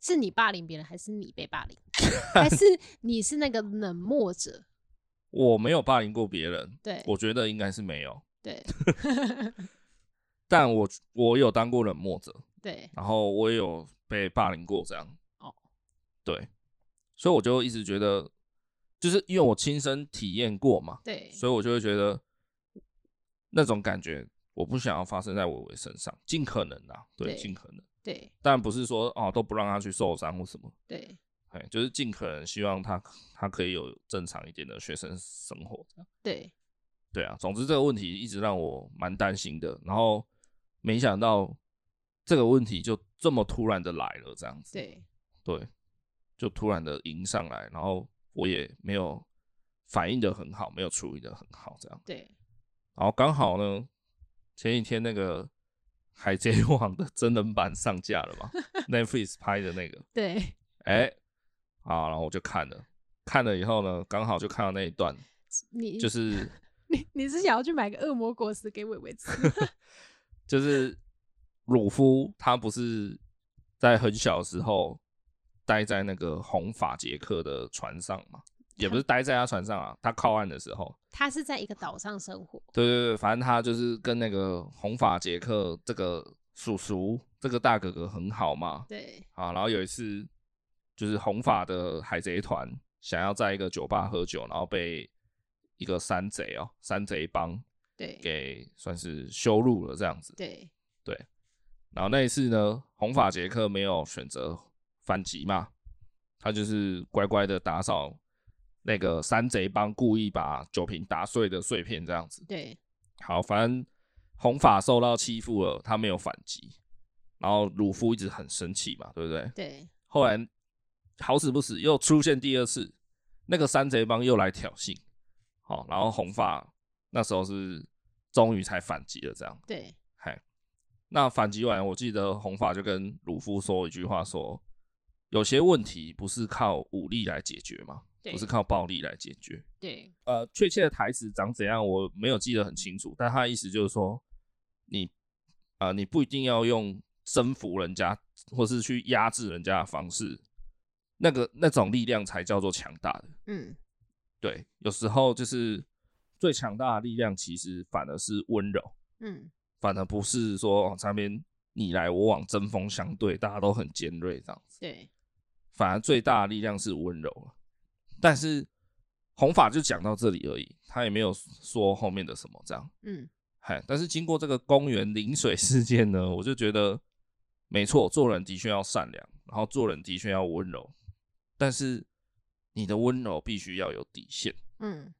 C: 是你霸凌别人，还是你被霸凌， 还是你是那个冷漠者？
B: 我没有霸凌过别人，
C: 对
B: 我觉得应该是没有，
C: 对
B: 但我我有当过冷漠者，
C: 对，
B: 然后我也有被霸凌过这样。
C: 哦，
B: 对，所以我就一直觉得，就是因为我亲身体验过嘛，
C: 对，
B: 所以我就会觉得那种感觉，我不想要发生在伟伟身上，尽可能啦，对，
C: 对
B: 尽可能，
C: 对
B: 但不是说哦都不让他去受伤或什么，
C: 对，
B: 哎，就是尽可能希望他他可以有正常一点的学生生活这样。
C: 对，
B: 对啊，总之这个问题一直让我蛮担心的，然后没想到这个问题就这么突然的来了，这样子，
C: 对，
B: 对，就突然的迎上来，然后我也没有反应的很好，没有处理的很好，这样。
C: 对，
B: 然后刚好呢，前几天那个《海贼王》的真人版上架了嘛，Netflix 拍的那个，
C: 对，
B: 哎，啊，然后我就看了，看了以后呢，刚好就看到那一段，
C: 你
B: 就是
C: 你 你是想要去买个恶魔果实给伟伟吃？
B: 就是鲁夫他不是在很小的时候待在那个红发杰克的船上嘛，也不是待在他船上啊，他靠岸的时候，
C: 他是在一个岛上生活，
B: 对对对，反正他就是跟那个红发杰克这个叔叔这个大哥哥很好嘛，
C: 对
B: 啊，然后有一次就是红发的海贼团想要在一个酒吧喝酒，然后被一个山贼哦，山贼帮
C: 对
B: 给算是羞辱了这样子。
C: 对
B: 然后那一次呢，红发杰克没有选择反击嘛，他就是乖乖的打扫那个山贼帮故意把酒瓶打碎的碎片这样子。
C: 对
B: 好，反正红发受到欺负了，他没有反击，然后鲁夫一直很生气嘛，对不对？
C: 对
B: 后来好死不死又出现第二次，那个山贼帮又来挑衅，好、然后红发那时候是终于才反击了，这样，
C: 对
B: 嗨，那反击完，我记得红发就跟鲁夫说一句话说有些问题不是靠武力来解决嘛，
C: 对
B: 不是靠暴力来解决，
C: 对
B: 呃，确切的台词长怎样我没有记得很清楚，但他的意思就是说，你啊、呃你不一定要用征服人家或是去压制人家的方式，那个那种力量才叫做强大的。
C: 嗯
B: 对，有时候就是最强大的力量，其实反而是温柔，
C: 嗯
B: 反而不是说哦上面你来我往，针锋相对，大家都很尖锐这样子。
C: 对
B: 反而最大的力量是温柔了。但是红发就讲到这里而已，他也没有说后面的什么这样。
C: 嗯
B: 嗨，但是经过这个公园淋水事件呢，我就觉得没错，做人的确要善良，然后做人的确要温柔，但是你的温柔必须要有底线。
C: 嗯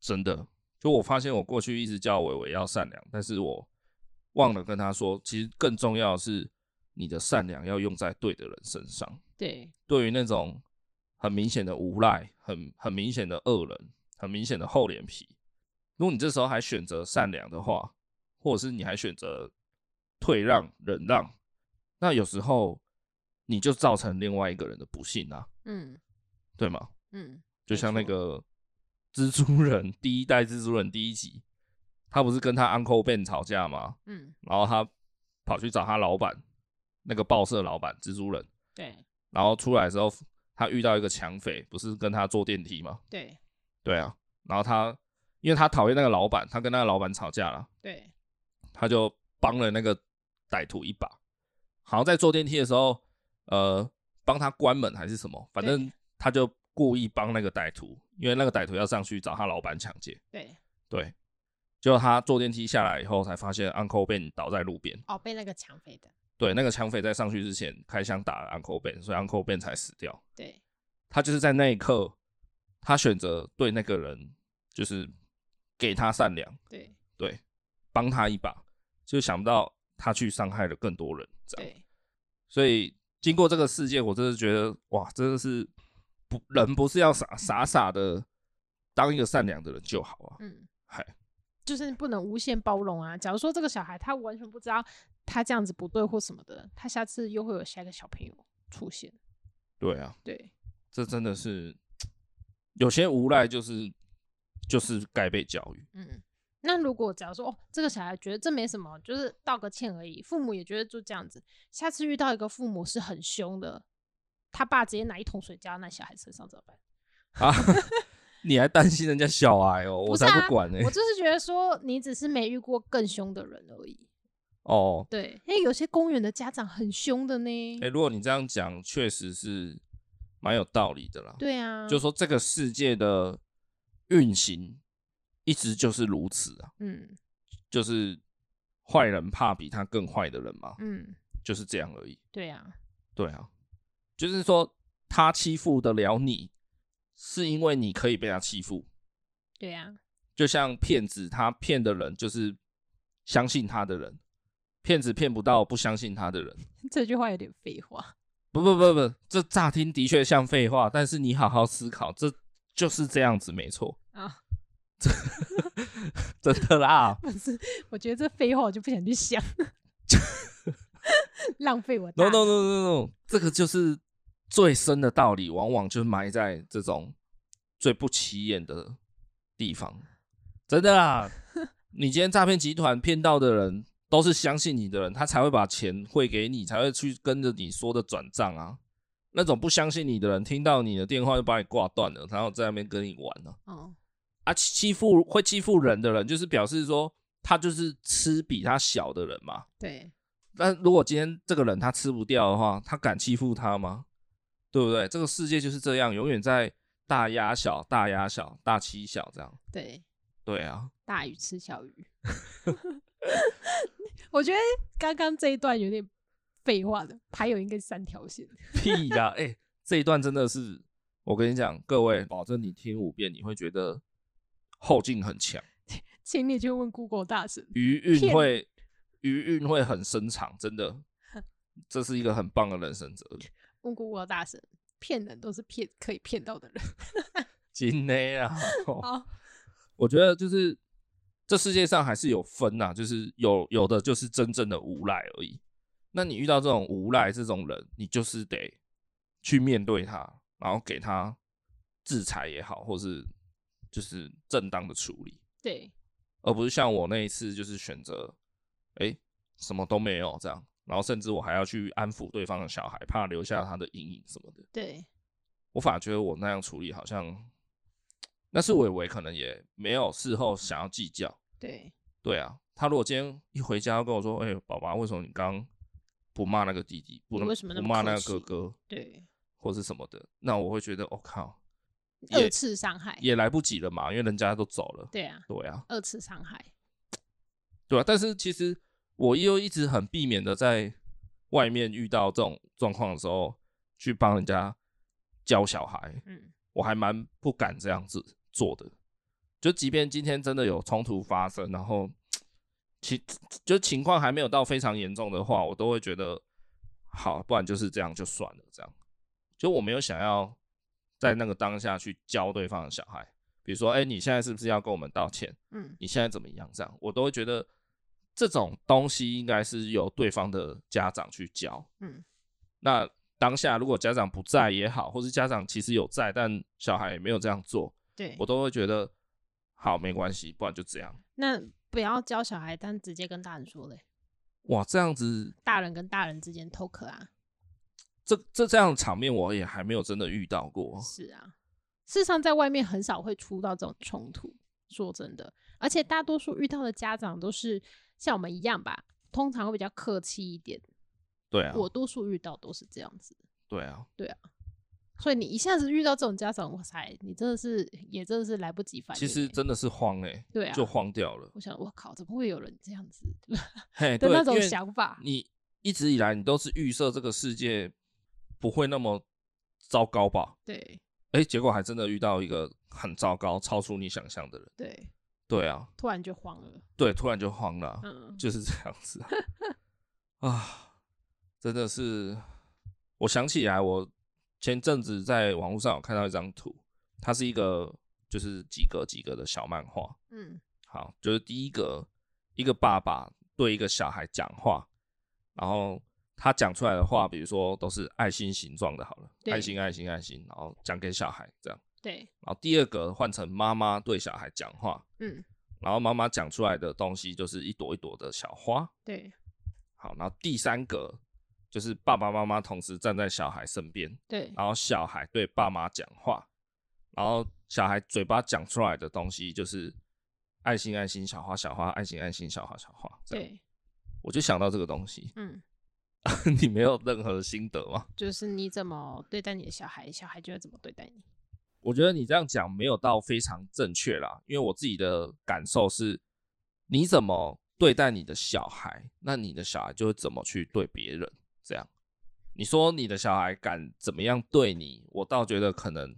B: 真的，就我发现我过去一直叫伟伟要善良，但是我忘了跟他说，其实更重要的是你的善良要用在对的人身上。
C: 对
B: 对于那种很明显的无赖、很很明显的恶人、很明显的厚脸皮，如果你这时候还选择善良的话，或者是你还选择退让、忍让，那有时候你就造成另外一个人的不幸啊，
C: 嗯
B: 对吗？
C: 嗯
B: 就像那
C: 没错
B: 个蜘蛛人第一代蜘蛛人第一集，他不是跟他 Uncle Ben 吵架吗？
C: 嗯
B: 然后他跑去找他老板，那个报社老板蜘蛛人，
C: 对
B: 然后出来之后，他遇到一个抢匪，不是跟他坐电梯吗？
C: 对
B: 对啊，然后他因为他讨厌那个老板，他跟那个老板吵架了，
C: 对，
B: 他就帮了那个歹徒一把，好像在坐电梯的时候，呃，帮他关门还是什么，反正
C: 对
B: 他就故意帮那个歹徒，因为那个歹徒要上去找他老板抢劫，
C: 对，
B: 对，结果他坐电梯下来以后才发现 Uncle Ben 倒在路边，
C: 哦，被那个抢匪的，
B: 对，那个抢匪在上去之前开枪打了 Uncle Ben，所以 Uncle Ben 才死掉。
C: 对，
B: 他就是在那一刻，他选择对那个人就是给他善良，
C: 对，
B: 对，帮他一把，就想不到他去伤害了更多人，这样。
C: 对，
B: 所以经过这个事件，我真的觉得哇，真的是不人不是要傻傻傻的当一个善良的人就好啊，
C: 嗯，
B: 嗨、
C: 就是不能无限包容啊。假如说这个小孩他完全不知道他这样子不对或什么的，他下次又会有下一个小朋友出现。
B: 对啊，
C: 对，
B: 这真的是有些无赖就是就是该被教育，
C: 嗯。那如果假如说哦，这个小孩觉得这没什么，就是道个歉而已，父母也觉得就这样子。下次遇到一个父母是很凶的，他爸直接拿一桶水浇到那小孩身上怎么办？
B: 啊，你还担心人家小孩哦？我
C: 不是
B: 才
C: 啊
B: 不管呢、
C: 我就是觉得说，你只是没遇过更凶的人而已。
B: 哦，
C: 对，因为有些公园的家长很凶的呢。
B: 哎、如果你这样讲，确实是蛮有道理的啦。，
C: 对啊，
B: 就说这个世界的运行一直就是如此啊，
C: 嗯
B: 就是坏人怕比他更坏的人嘛，
C: 嗯，
B: 就是这样而已。
C: 对啊，
B: 对啊，就是说他欺负得了你，是因为你可以被他欺负。
C: 对啊，
B: 就像骗子，他骗的人就是相信他的人，骗子骗不到不相信他的人。
C: 这句话有点废话。
B: 不不不不，这乍听的确像废话，但是你好好思考，这就是这样子，没错
C: 啊，
B: 真的啦。
C: 不是，我觉得这废话我就不想去想， 浪费我大
B: No no
C: 脑。
B: no no no，这个就是最深的道理，往往就埋在这种最不起眼的地方。真的啦，你今天诈骗集团骗到的人，都是相信你的人，他才会把钱汇给你，才会去跟着你说的转账啊。那种不相信你的人，听到你的电话就把你挂断了，然后在那边跟你玩呢、啊。
C: 哦，
B: 啊，欺欺负会欺负人的人，就是表示说他就是吃比他小的人嘛。
C: 对，
B: 但如果今天这个人他吃不掉的话，他敢欺负他吗？对不对？这个世界就是这样，永远在大压小、大压小、大欺小这样。
C: 对，
B: 对啊，
C: 大鱼吃小鱼。 我觉得刚刚这一段有点废话的，还有应该是三条线。
B: 屁呀！哎、这一段真的是，我跟你讲，各位，保证你听五遍，你会觉得后劲很强，
C: 请你去问 Google 大神。
B: 余韵会余韵会很深长，真的，这是一个很棒的人生哲理。
C: 问 Google 大神，骗人都是骗可以骗到的人。
B: 真的啊！哦
C: 好，
B: 我觉得就是这世界上还是有分呐、就是有有的就是真正的无赖而已。那你遇到这种无赖这种人，你就是得去面对他，然后给他制裁也好，或是就是正当的处理，
C: 对，
B: 而不是像我那一次就是选择，哎、什么都没有这样，然后甚至我还要去安抚对方的小孩，怕留下他的阴影什么的。
C: 对，
B: 我反而觉得我那样处理好像，但是伟伟可能也没有事后想要计较。
C: 对，
B: 对啊，他如果今天一回家跟我说：“哎、爸爸，为什么你刚不骂那个弟弟，不
C: 你
B: 能
C: 为什么那
B: 不
C: 么
B: 骂
C: 客
B: 那个
C: 气
B: 哥哥
C: 对，
B: 或是什么的？”那我会觉得，我、靠，也
C: 二次伤害。
B: 也来不及了嘛，因为人家都走了。
C: 对啊，
B: 对啊，
C: 二次伤害。
B: 对啊。但是其实我又一直很避免的在外面遇到这种状况的时候，去帮人家教小孩。
C: 嗯，
B: 我还蛮不敢这样子做的。就即便今天真的有冲突发生，然后情就情况还没有到非常严重的话，我都会觉得好，不然就是这样就算了。这样，就我没有想要在那个当下去教对方的小孩，比如说，哎、你现在是不是要跟我们道歉？
C: 嗯，
B: 你现在怎么样？这样，我都会觉得这种东西应该是由对方的家长去教。
C: 嗯，
B: 那当下如果家长不在也好，或是家长其实有在，但小孩也没有这样做，
C: 对
B: 我。都会觉得好没关系，不然就这样。
C: 那不要教小孩，但直接跟大人说嘞。
B: 哇，这样子，
C: 大人跟大人之间偷壳啊，
B: 这这这样的场面我也还没有真的遇到过。
C: 是啊，事实上，在外面很少会出到这种冲突。说真的，而且大多数遇到的家长都是像我们一样吧，通常会比较客气一点。
B: 对啊，
C: 我多数遇到都是这样子，
B: 对啊，
C: 所以你一下子遇到这种家长，哇塞，你真的是也真的是来不及反应欸。
B: 其实真的是慌哎、
C: 对啊，
B: 就慌掉了。
C: 我想，我靠，怎么会有人这样子
B: 嘿，
C: 的
B: 对，
C: 那种
B: 因为
C: 想法？
B: 你一直以来你都是预设这个世界不会那么糟糕吧？
C: 对
B: 哎、结果还真的遇到一个很糟糕、超出你想象的人。
C: 对，
B: 对啊，
C: 突然就慌了。
B: 对，突然就慌了啊、
C: 嗯，
B: 就是这样子啊啊，真的是，我想起来，我前阵子在网络上有看到一张图，它是一个就是几格几格的小漫画。
C: 嗯
B: 好，就是第一个，一个爸爸对一个小孩讲话，然后他讲出来的话，比如说都是爱心形状的，好了，
C: 对
B: 爱心爱心爱心，然后讲给小孩这样。
C: 对，
B: 然后第二个换成妈妈对小孩讲话，
C: 嗯
B: 然后妈妈讲出来的东西就是一朵一朵的小花。
C: 对
B: 好，然后第三个就是爸爸妈妈同时站在小孩身边，
C: 对
B: 然后小孩对爸妈讲话，然后小孩嘴巴讲出来的东西就是爱心爱心小花小花爱心爱心小花小花。这样，
C: 对，
B: 我就想到这个东西，
C: 嗯，
B: 你没有任何心得吗？
C: 就是你怎么对待你的小孩，小孩就会怎么对待你。
B: 我觉得你这样讲没有到非常正确啦，因为我自己的感受是，你怎么对待你的小孩，那你的小孩就会怎么去对别人。这样，你说你的小孩敢怎么样对你，我倒觉得可能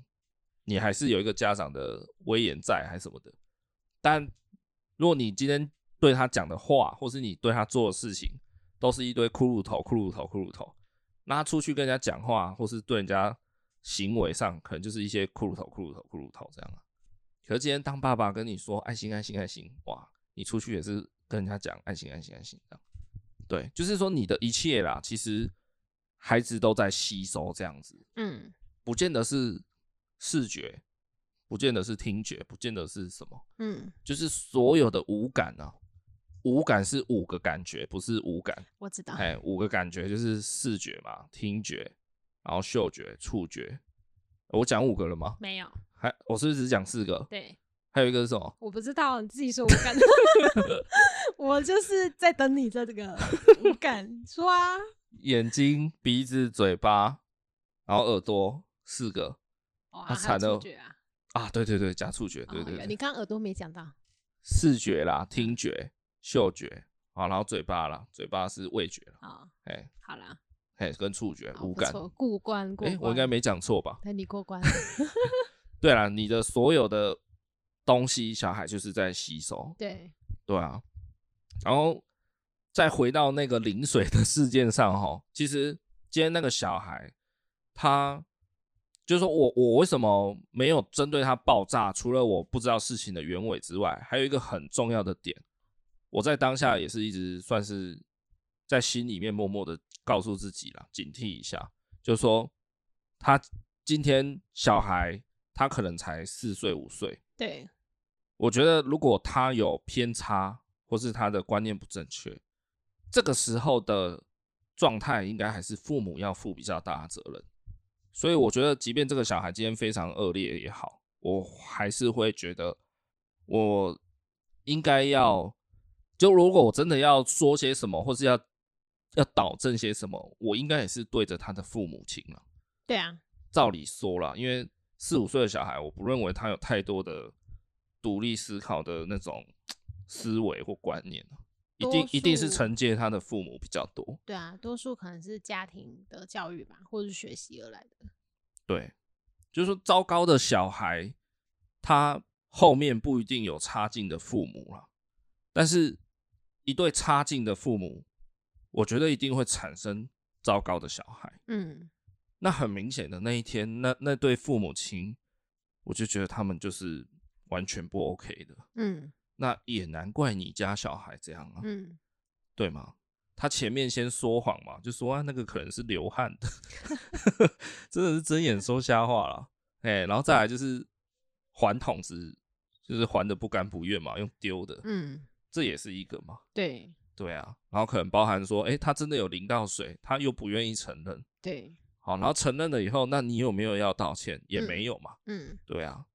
B: 你还是有一个家长的威严在，还是什么的。但如果你今天对他讲的话，或是你对他做的事情，都是一堆骷髅头、骷髅头、骷髅头，那他出去跟人家讲话，或是对人家行为上，可能就是一些骷髅头、骷髅头、骷髅头这样啊。可是今天当爸爸跟你说爱心、爱心、爱心，哇，你出去也是跟人家讲爱心、爱心、爱心这样。对，就是说你的一切啦，其实孩子都在吸收这样子，
C: 嗯，
B: 不见得是视觉，不见得是听觉，不见得是什么，
C: 嗯，
B: 就是所有的五感啊，五感是五个感觉，不是五感。
C: 我知道。
B: 哎，五个感觉就是视觉嘛、听觉，然后嗅觉、触觉。呃我讲五个了吗？
C: 没有，
B: 还我是不是只讲四个？
C: 对，
B: 还有一个是什么？
C: 我不知道，你自己说无感。 我就是在等你这个无感说啊。
B: 眼睛、鼻子、嘴巴，然后耳朵，四个
C: 哇，
B: 啊
C: 还有
B: 惨了
C: 触觉啊！
B: 啊！对对对，加触觉，对
C: 哦
B: 对
C: 有你
B: 对，
C: 刚刚耳朵没讲 到。
B: 视觉啦、听觉、嗅觉，好，然后嘴巴啦，嘴巴是味觉啦，
C: 哦，
B: 哎
C: 好啦，
B: 哎，跟触觉
C: 好
B: 五
C: 哦不
B: 感。
C: 错过关过
B: 哎，
C: 关。
B: 我应该没讲错吧？
C: 对你过 关。
B: 对啦，你的所有的东西，小孩就是在吸收，
C: 对，
B: 对啊，然后再回到那个淋水的事件上哈，其实今天那个小孩，他就是说我我为什么没有针对他爆炸？除了我不知道事情的原委之外，还有一个很重要的点，我在当下也是一直算是在心里面默默的告诉自己啦，警惕一下，就是说他今天小孩他可能才四岁五岁，
C: 对，
B: 我觉得如果他有偏差，或是他的观念不正确，这个时候的状态应该还是父母要负比较大的责任。所以我觉得，即便这个小孩今天非常恶劣也好，我还是会觉得我应该要，就如果我真的要说些什么，或是要要导正些什么，我应该也是对着他的父母亲了。
C: 对啊，
B: 照理说啦，因为四五岁的小孩，我不认为他有太多的独立思考的那种思维或观念啊一
C: 多
B: 定一定是
C: 数
B: 承接他的父母比较多。
C: 对啊，多数可能是家庭的教育吧，或者是学习而来的。
B: 对，就是说糟糕的小孩，他后面不一定有差劲的父母啦，但是一对差劲的父母，我觉得一定会产生糟糕的小孩。
C: 嗯，
B: 那很明显的那一天，那那对父母亲，我就觉得他们就是完全不 OK 的。
C: 嗯
B: 那也难怪你家小孩这样啊，
C: 嗯，
B: 对吗？他前面先说谎嘛，就说啊那个可能是流汗 的，真的是睁眼说瞎话啦。哎、然后再来就是还筒子，就是还的不甘不愿嘛，用丢的，
C: 嗯，
B: 这也是一个嘛，
C: 对
B: 对啊。然后可能包含说，哎、他真的有淋到水，他又不愿意承认，
C: 对，
B: 好，然后承认了以后，那你有没有要道歉？也没有嘛，
C: 嗯，
B: 对啊，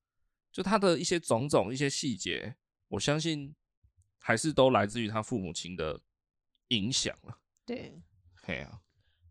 B: 就他的一些种种一些细节，我相信还是都来自于他父母亲的影响了。
C: 对，
B: 嘿啊，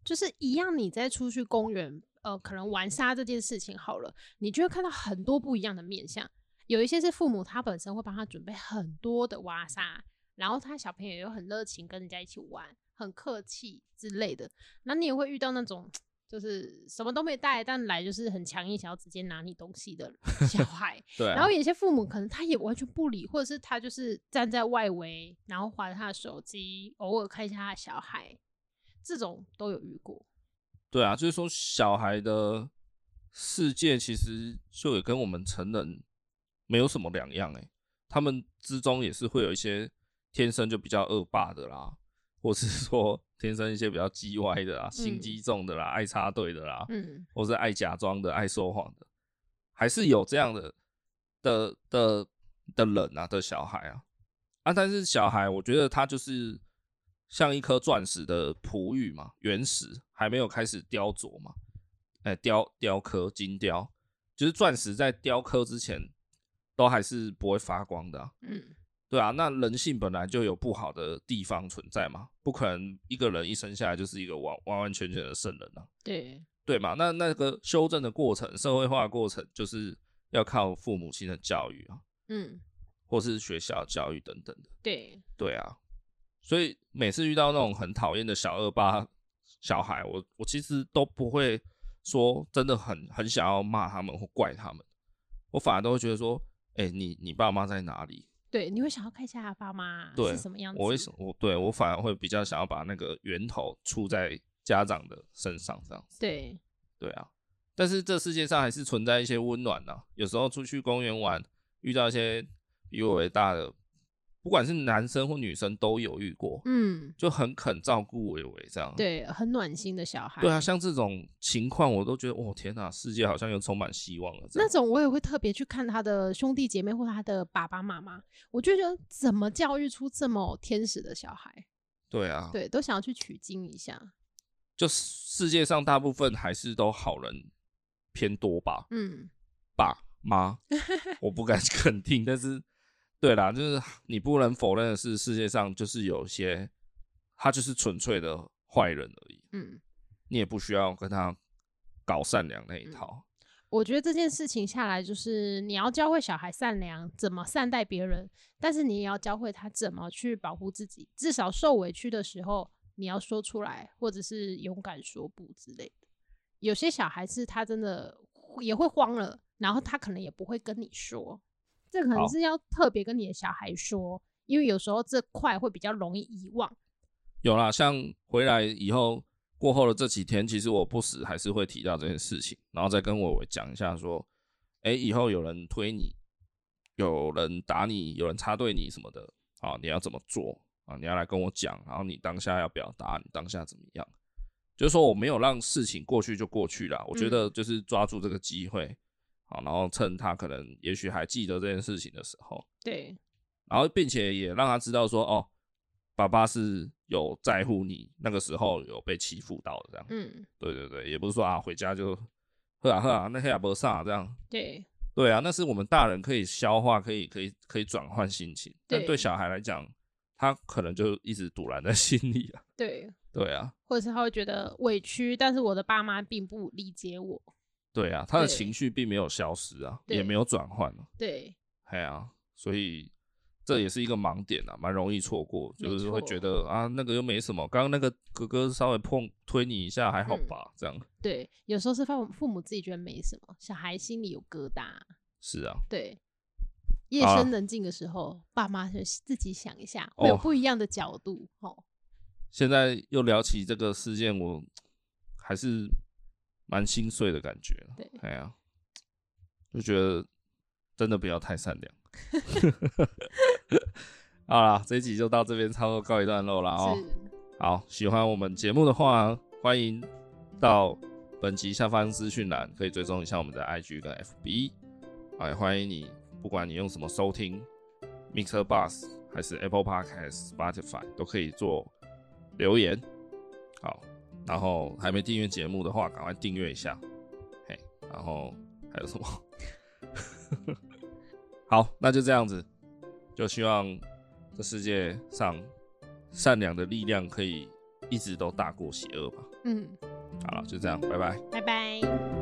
C: 就是一样，你在出去公园，呃，可能玩沙这件事情好了，你就会看到很多不一样的面相。有一些是父母他本身会帮他准备很多的挖沙，然后他小朋友又很热情，跟人家一起玩，很客气之类的。那你也会遇到那种就是什么都没带，但来就是很强硬，想要直接拿你东西的小孩。
B: 对啊，
C: 然后有些父母可能他也完全不理，或者是他就是站在外围，然后划着他的手机，偶尔看一下他的小孩，这种都有遇过。
B: 对啊，就是说小孩的世界其实就也跟我们成人没有什么两样诶、欸他们之中也是会有一些天生就比较恶霸的啦，或是说天生一些比较叽歪的啦、啊心机重的啦、爱插队的啦，
C: 嗯，
B: 或是爱假装的、爱说谎的，还是有这样的的的的人啊的小孩啊啊！但是小孩，我觉得他就是像一颗钻石的璞玉嘛，原石还没有开始雕琢嘛，哎、雕雕刻精雕，就是钻石在雕刻之前都还是不会发光的、啊。
C: 嗯，
B: 对啊，那人性本来就有不好的地方存在嘛，不可能一个人一生下来就是一个完完完全全的圣人啊。
C: 对，
B: 对嘛？那那个修正的过程、社会化的过程，就是要靠父母亲的教育啊，
C: 嗯，
B: 或是学校的教育等等的。
C: 对，
B: 对啊，所以每次遇到那种很讨厌的小恶霸小孩，我我其实都不会说真的很很想要骂他们或怪他们，我反而都会觉得说，哎、你你爸妈在哪里？
C: 对，你会想要看一下他爸妈
B: 对
C: 是什么样子？
B: 我为什么我对我反而会比较想要把那个源头出在家长的身上这样子。
C: 对，
B: 对啊，但是这世界上还是存在一些温暖呐、有时候出去公园玩，遇到一些比我为大的，不管是男生或女生都有遇过，
C: 嗯，
B: 就很肯照顾伟伟这样。
C: 对，很暖心的小孩。
B: 对啊，像这种情况，我都觉得，哦天哪，世界好像又充满希望了。这
C: 那
B: 样
C: 种我也会特别去看他的兄弟姐妹或他的爸爸妈妈，我就觉得怎么教育出这么天使的小孩？
B: 对啊，
C: 对，都想要去取经一下。
B: 就世界上大部分还是都好人偏多吧，
C: 嗯，
B: 爸妈，我不敢肯定，但是对啦，就是你不能否认的是，世界上就是有些他就是纯粹的坏人而已，
C: 嗯。
B: 你也不需要跟他搞善良那一套。
C: 我觉得这件事情下来，就是你要教会小孩善良，怎么善待别人，但是你也要教会他怎么去保护自己。至少受委屈的时候，你要说出来，或者是勇敢说不之类的。有些小孩是他真的也会慌了，然后他可能也不会跟你说，这可能
B: 好
C: 是要特别跟你的小孩说，因为有时候这块会比较容易遗忘。
B: 有啦，像回来以后过后的这几天，其实我不时还是会提到这件事情，然后再跟我讲一下说，哎、以后有人推你，有人打你，有人插队你什么的，啊，你要怎么做啊？你要来跟我讲，然后你当下要表达，你当下怎么样？就是说我没有让事情过去就过去啦，我觉得就是抓住这个机会，好、然后趁他可能也许还记得这件事情的时候，
C: 对，
B: 然后并且也让他知道说，哦，爸爸是有在乎你，那个时候有被欺负到的这样。
C: 嗯，
B: 对对对，也不是说啊回家就喝啊喝啊，那黑啊不上这样。
C: 对，
B: 对啊，那是我们大人可以消化，可以可以可以转换心情，但
C: 对
B: 对小孩来讲，他可能就一直堵拦在心里啊。
C: 对，
B: 对啊，
C: 或者是他会觉得委屈，但是我的爸妈并不理解我。
B: 对啊，他的
C: 对
B: 情绪并没有消失啊，
C: 对
B: 也没有转换啊。
C: 对，
B: 哎呀、所以这也是一个盲点啊，蛮容易错过，
C: 没
B: 就是会
C: 错
B: 觉得啊，那个又没什么，刚刚那个哥哥稍微碰推你一下还好
C: 嗯
B: 吧，这样
C: 对，有时候是父父母自己觉得没什么，小孩心里有疙瘩。
B: 是啊，
C: 对，夜
B: 好啊
C: 深人静的时候，爸妈就自己想一下，会有
B: 哦
C: 不一样的角度。哦，
B: 现在又聊起这个事件，我还是蛮心碎的感觉啊
C: 对，
B: 哎呀、就觉得真的不要太善 良。 好啦，这一集就到这边，差不多告一段落了哦。
C: 是，
B: 好，喜欢我们节目的话，欢迎到本集下方资讯栏可以追踪一下我们的 IG 跟 FB。啊也欢迎你，不管你用什么收听，Mixer Bus 还是 Apple Podcast、Spotify 都可以做留言。好，然后还没订阅节目的话，赶快订阅一下。嘿，然后还有什么？好，那就这样子，就希望这世界上善良的力量可以一直都大过邪恶吧。
C: 嗯，
B: 好了，就这样，拜拜。
C: 拜拜。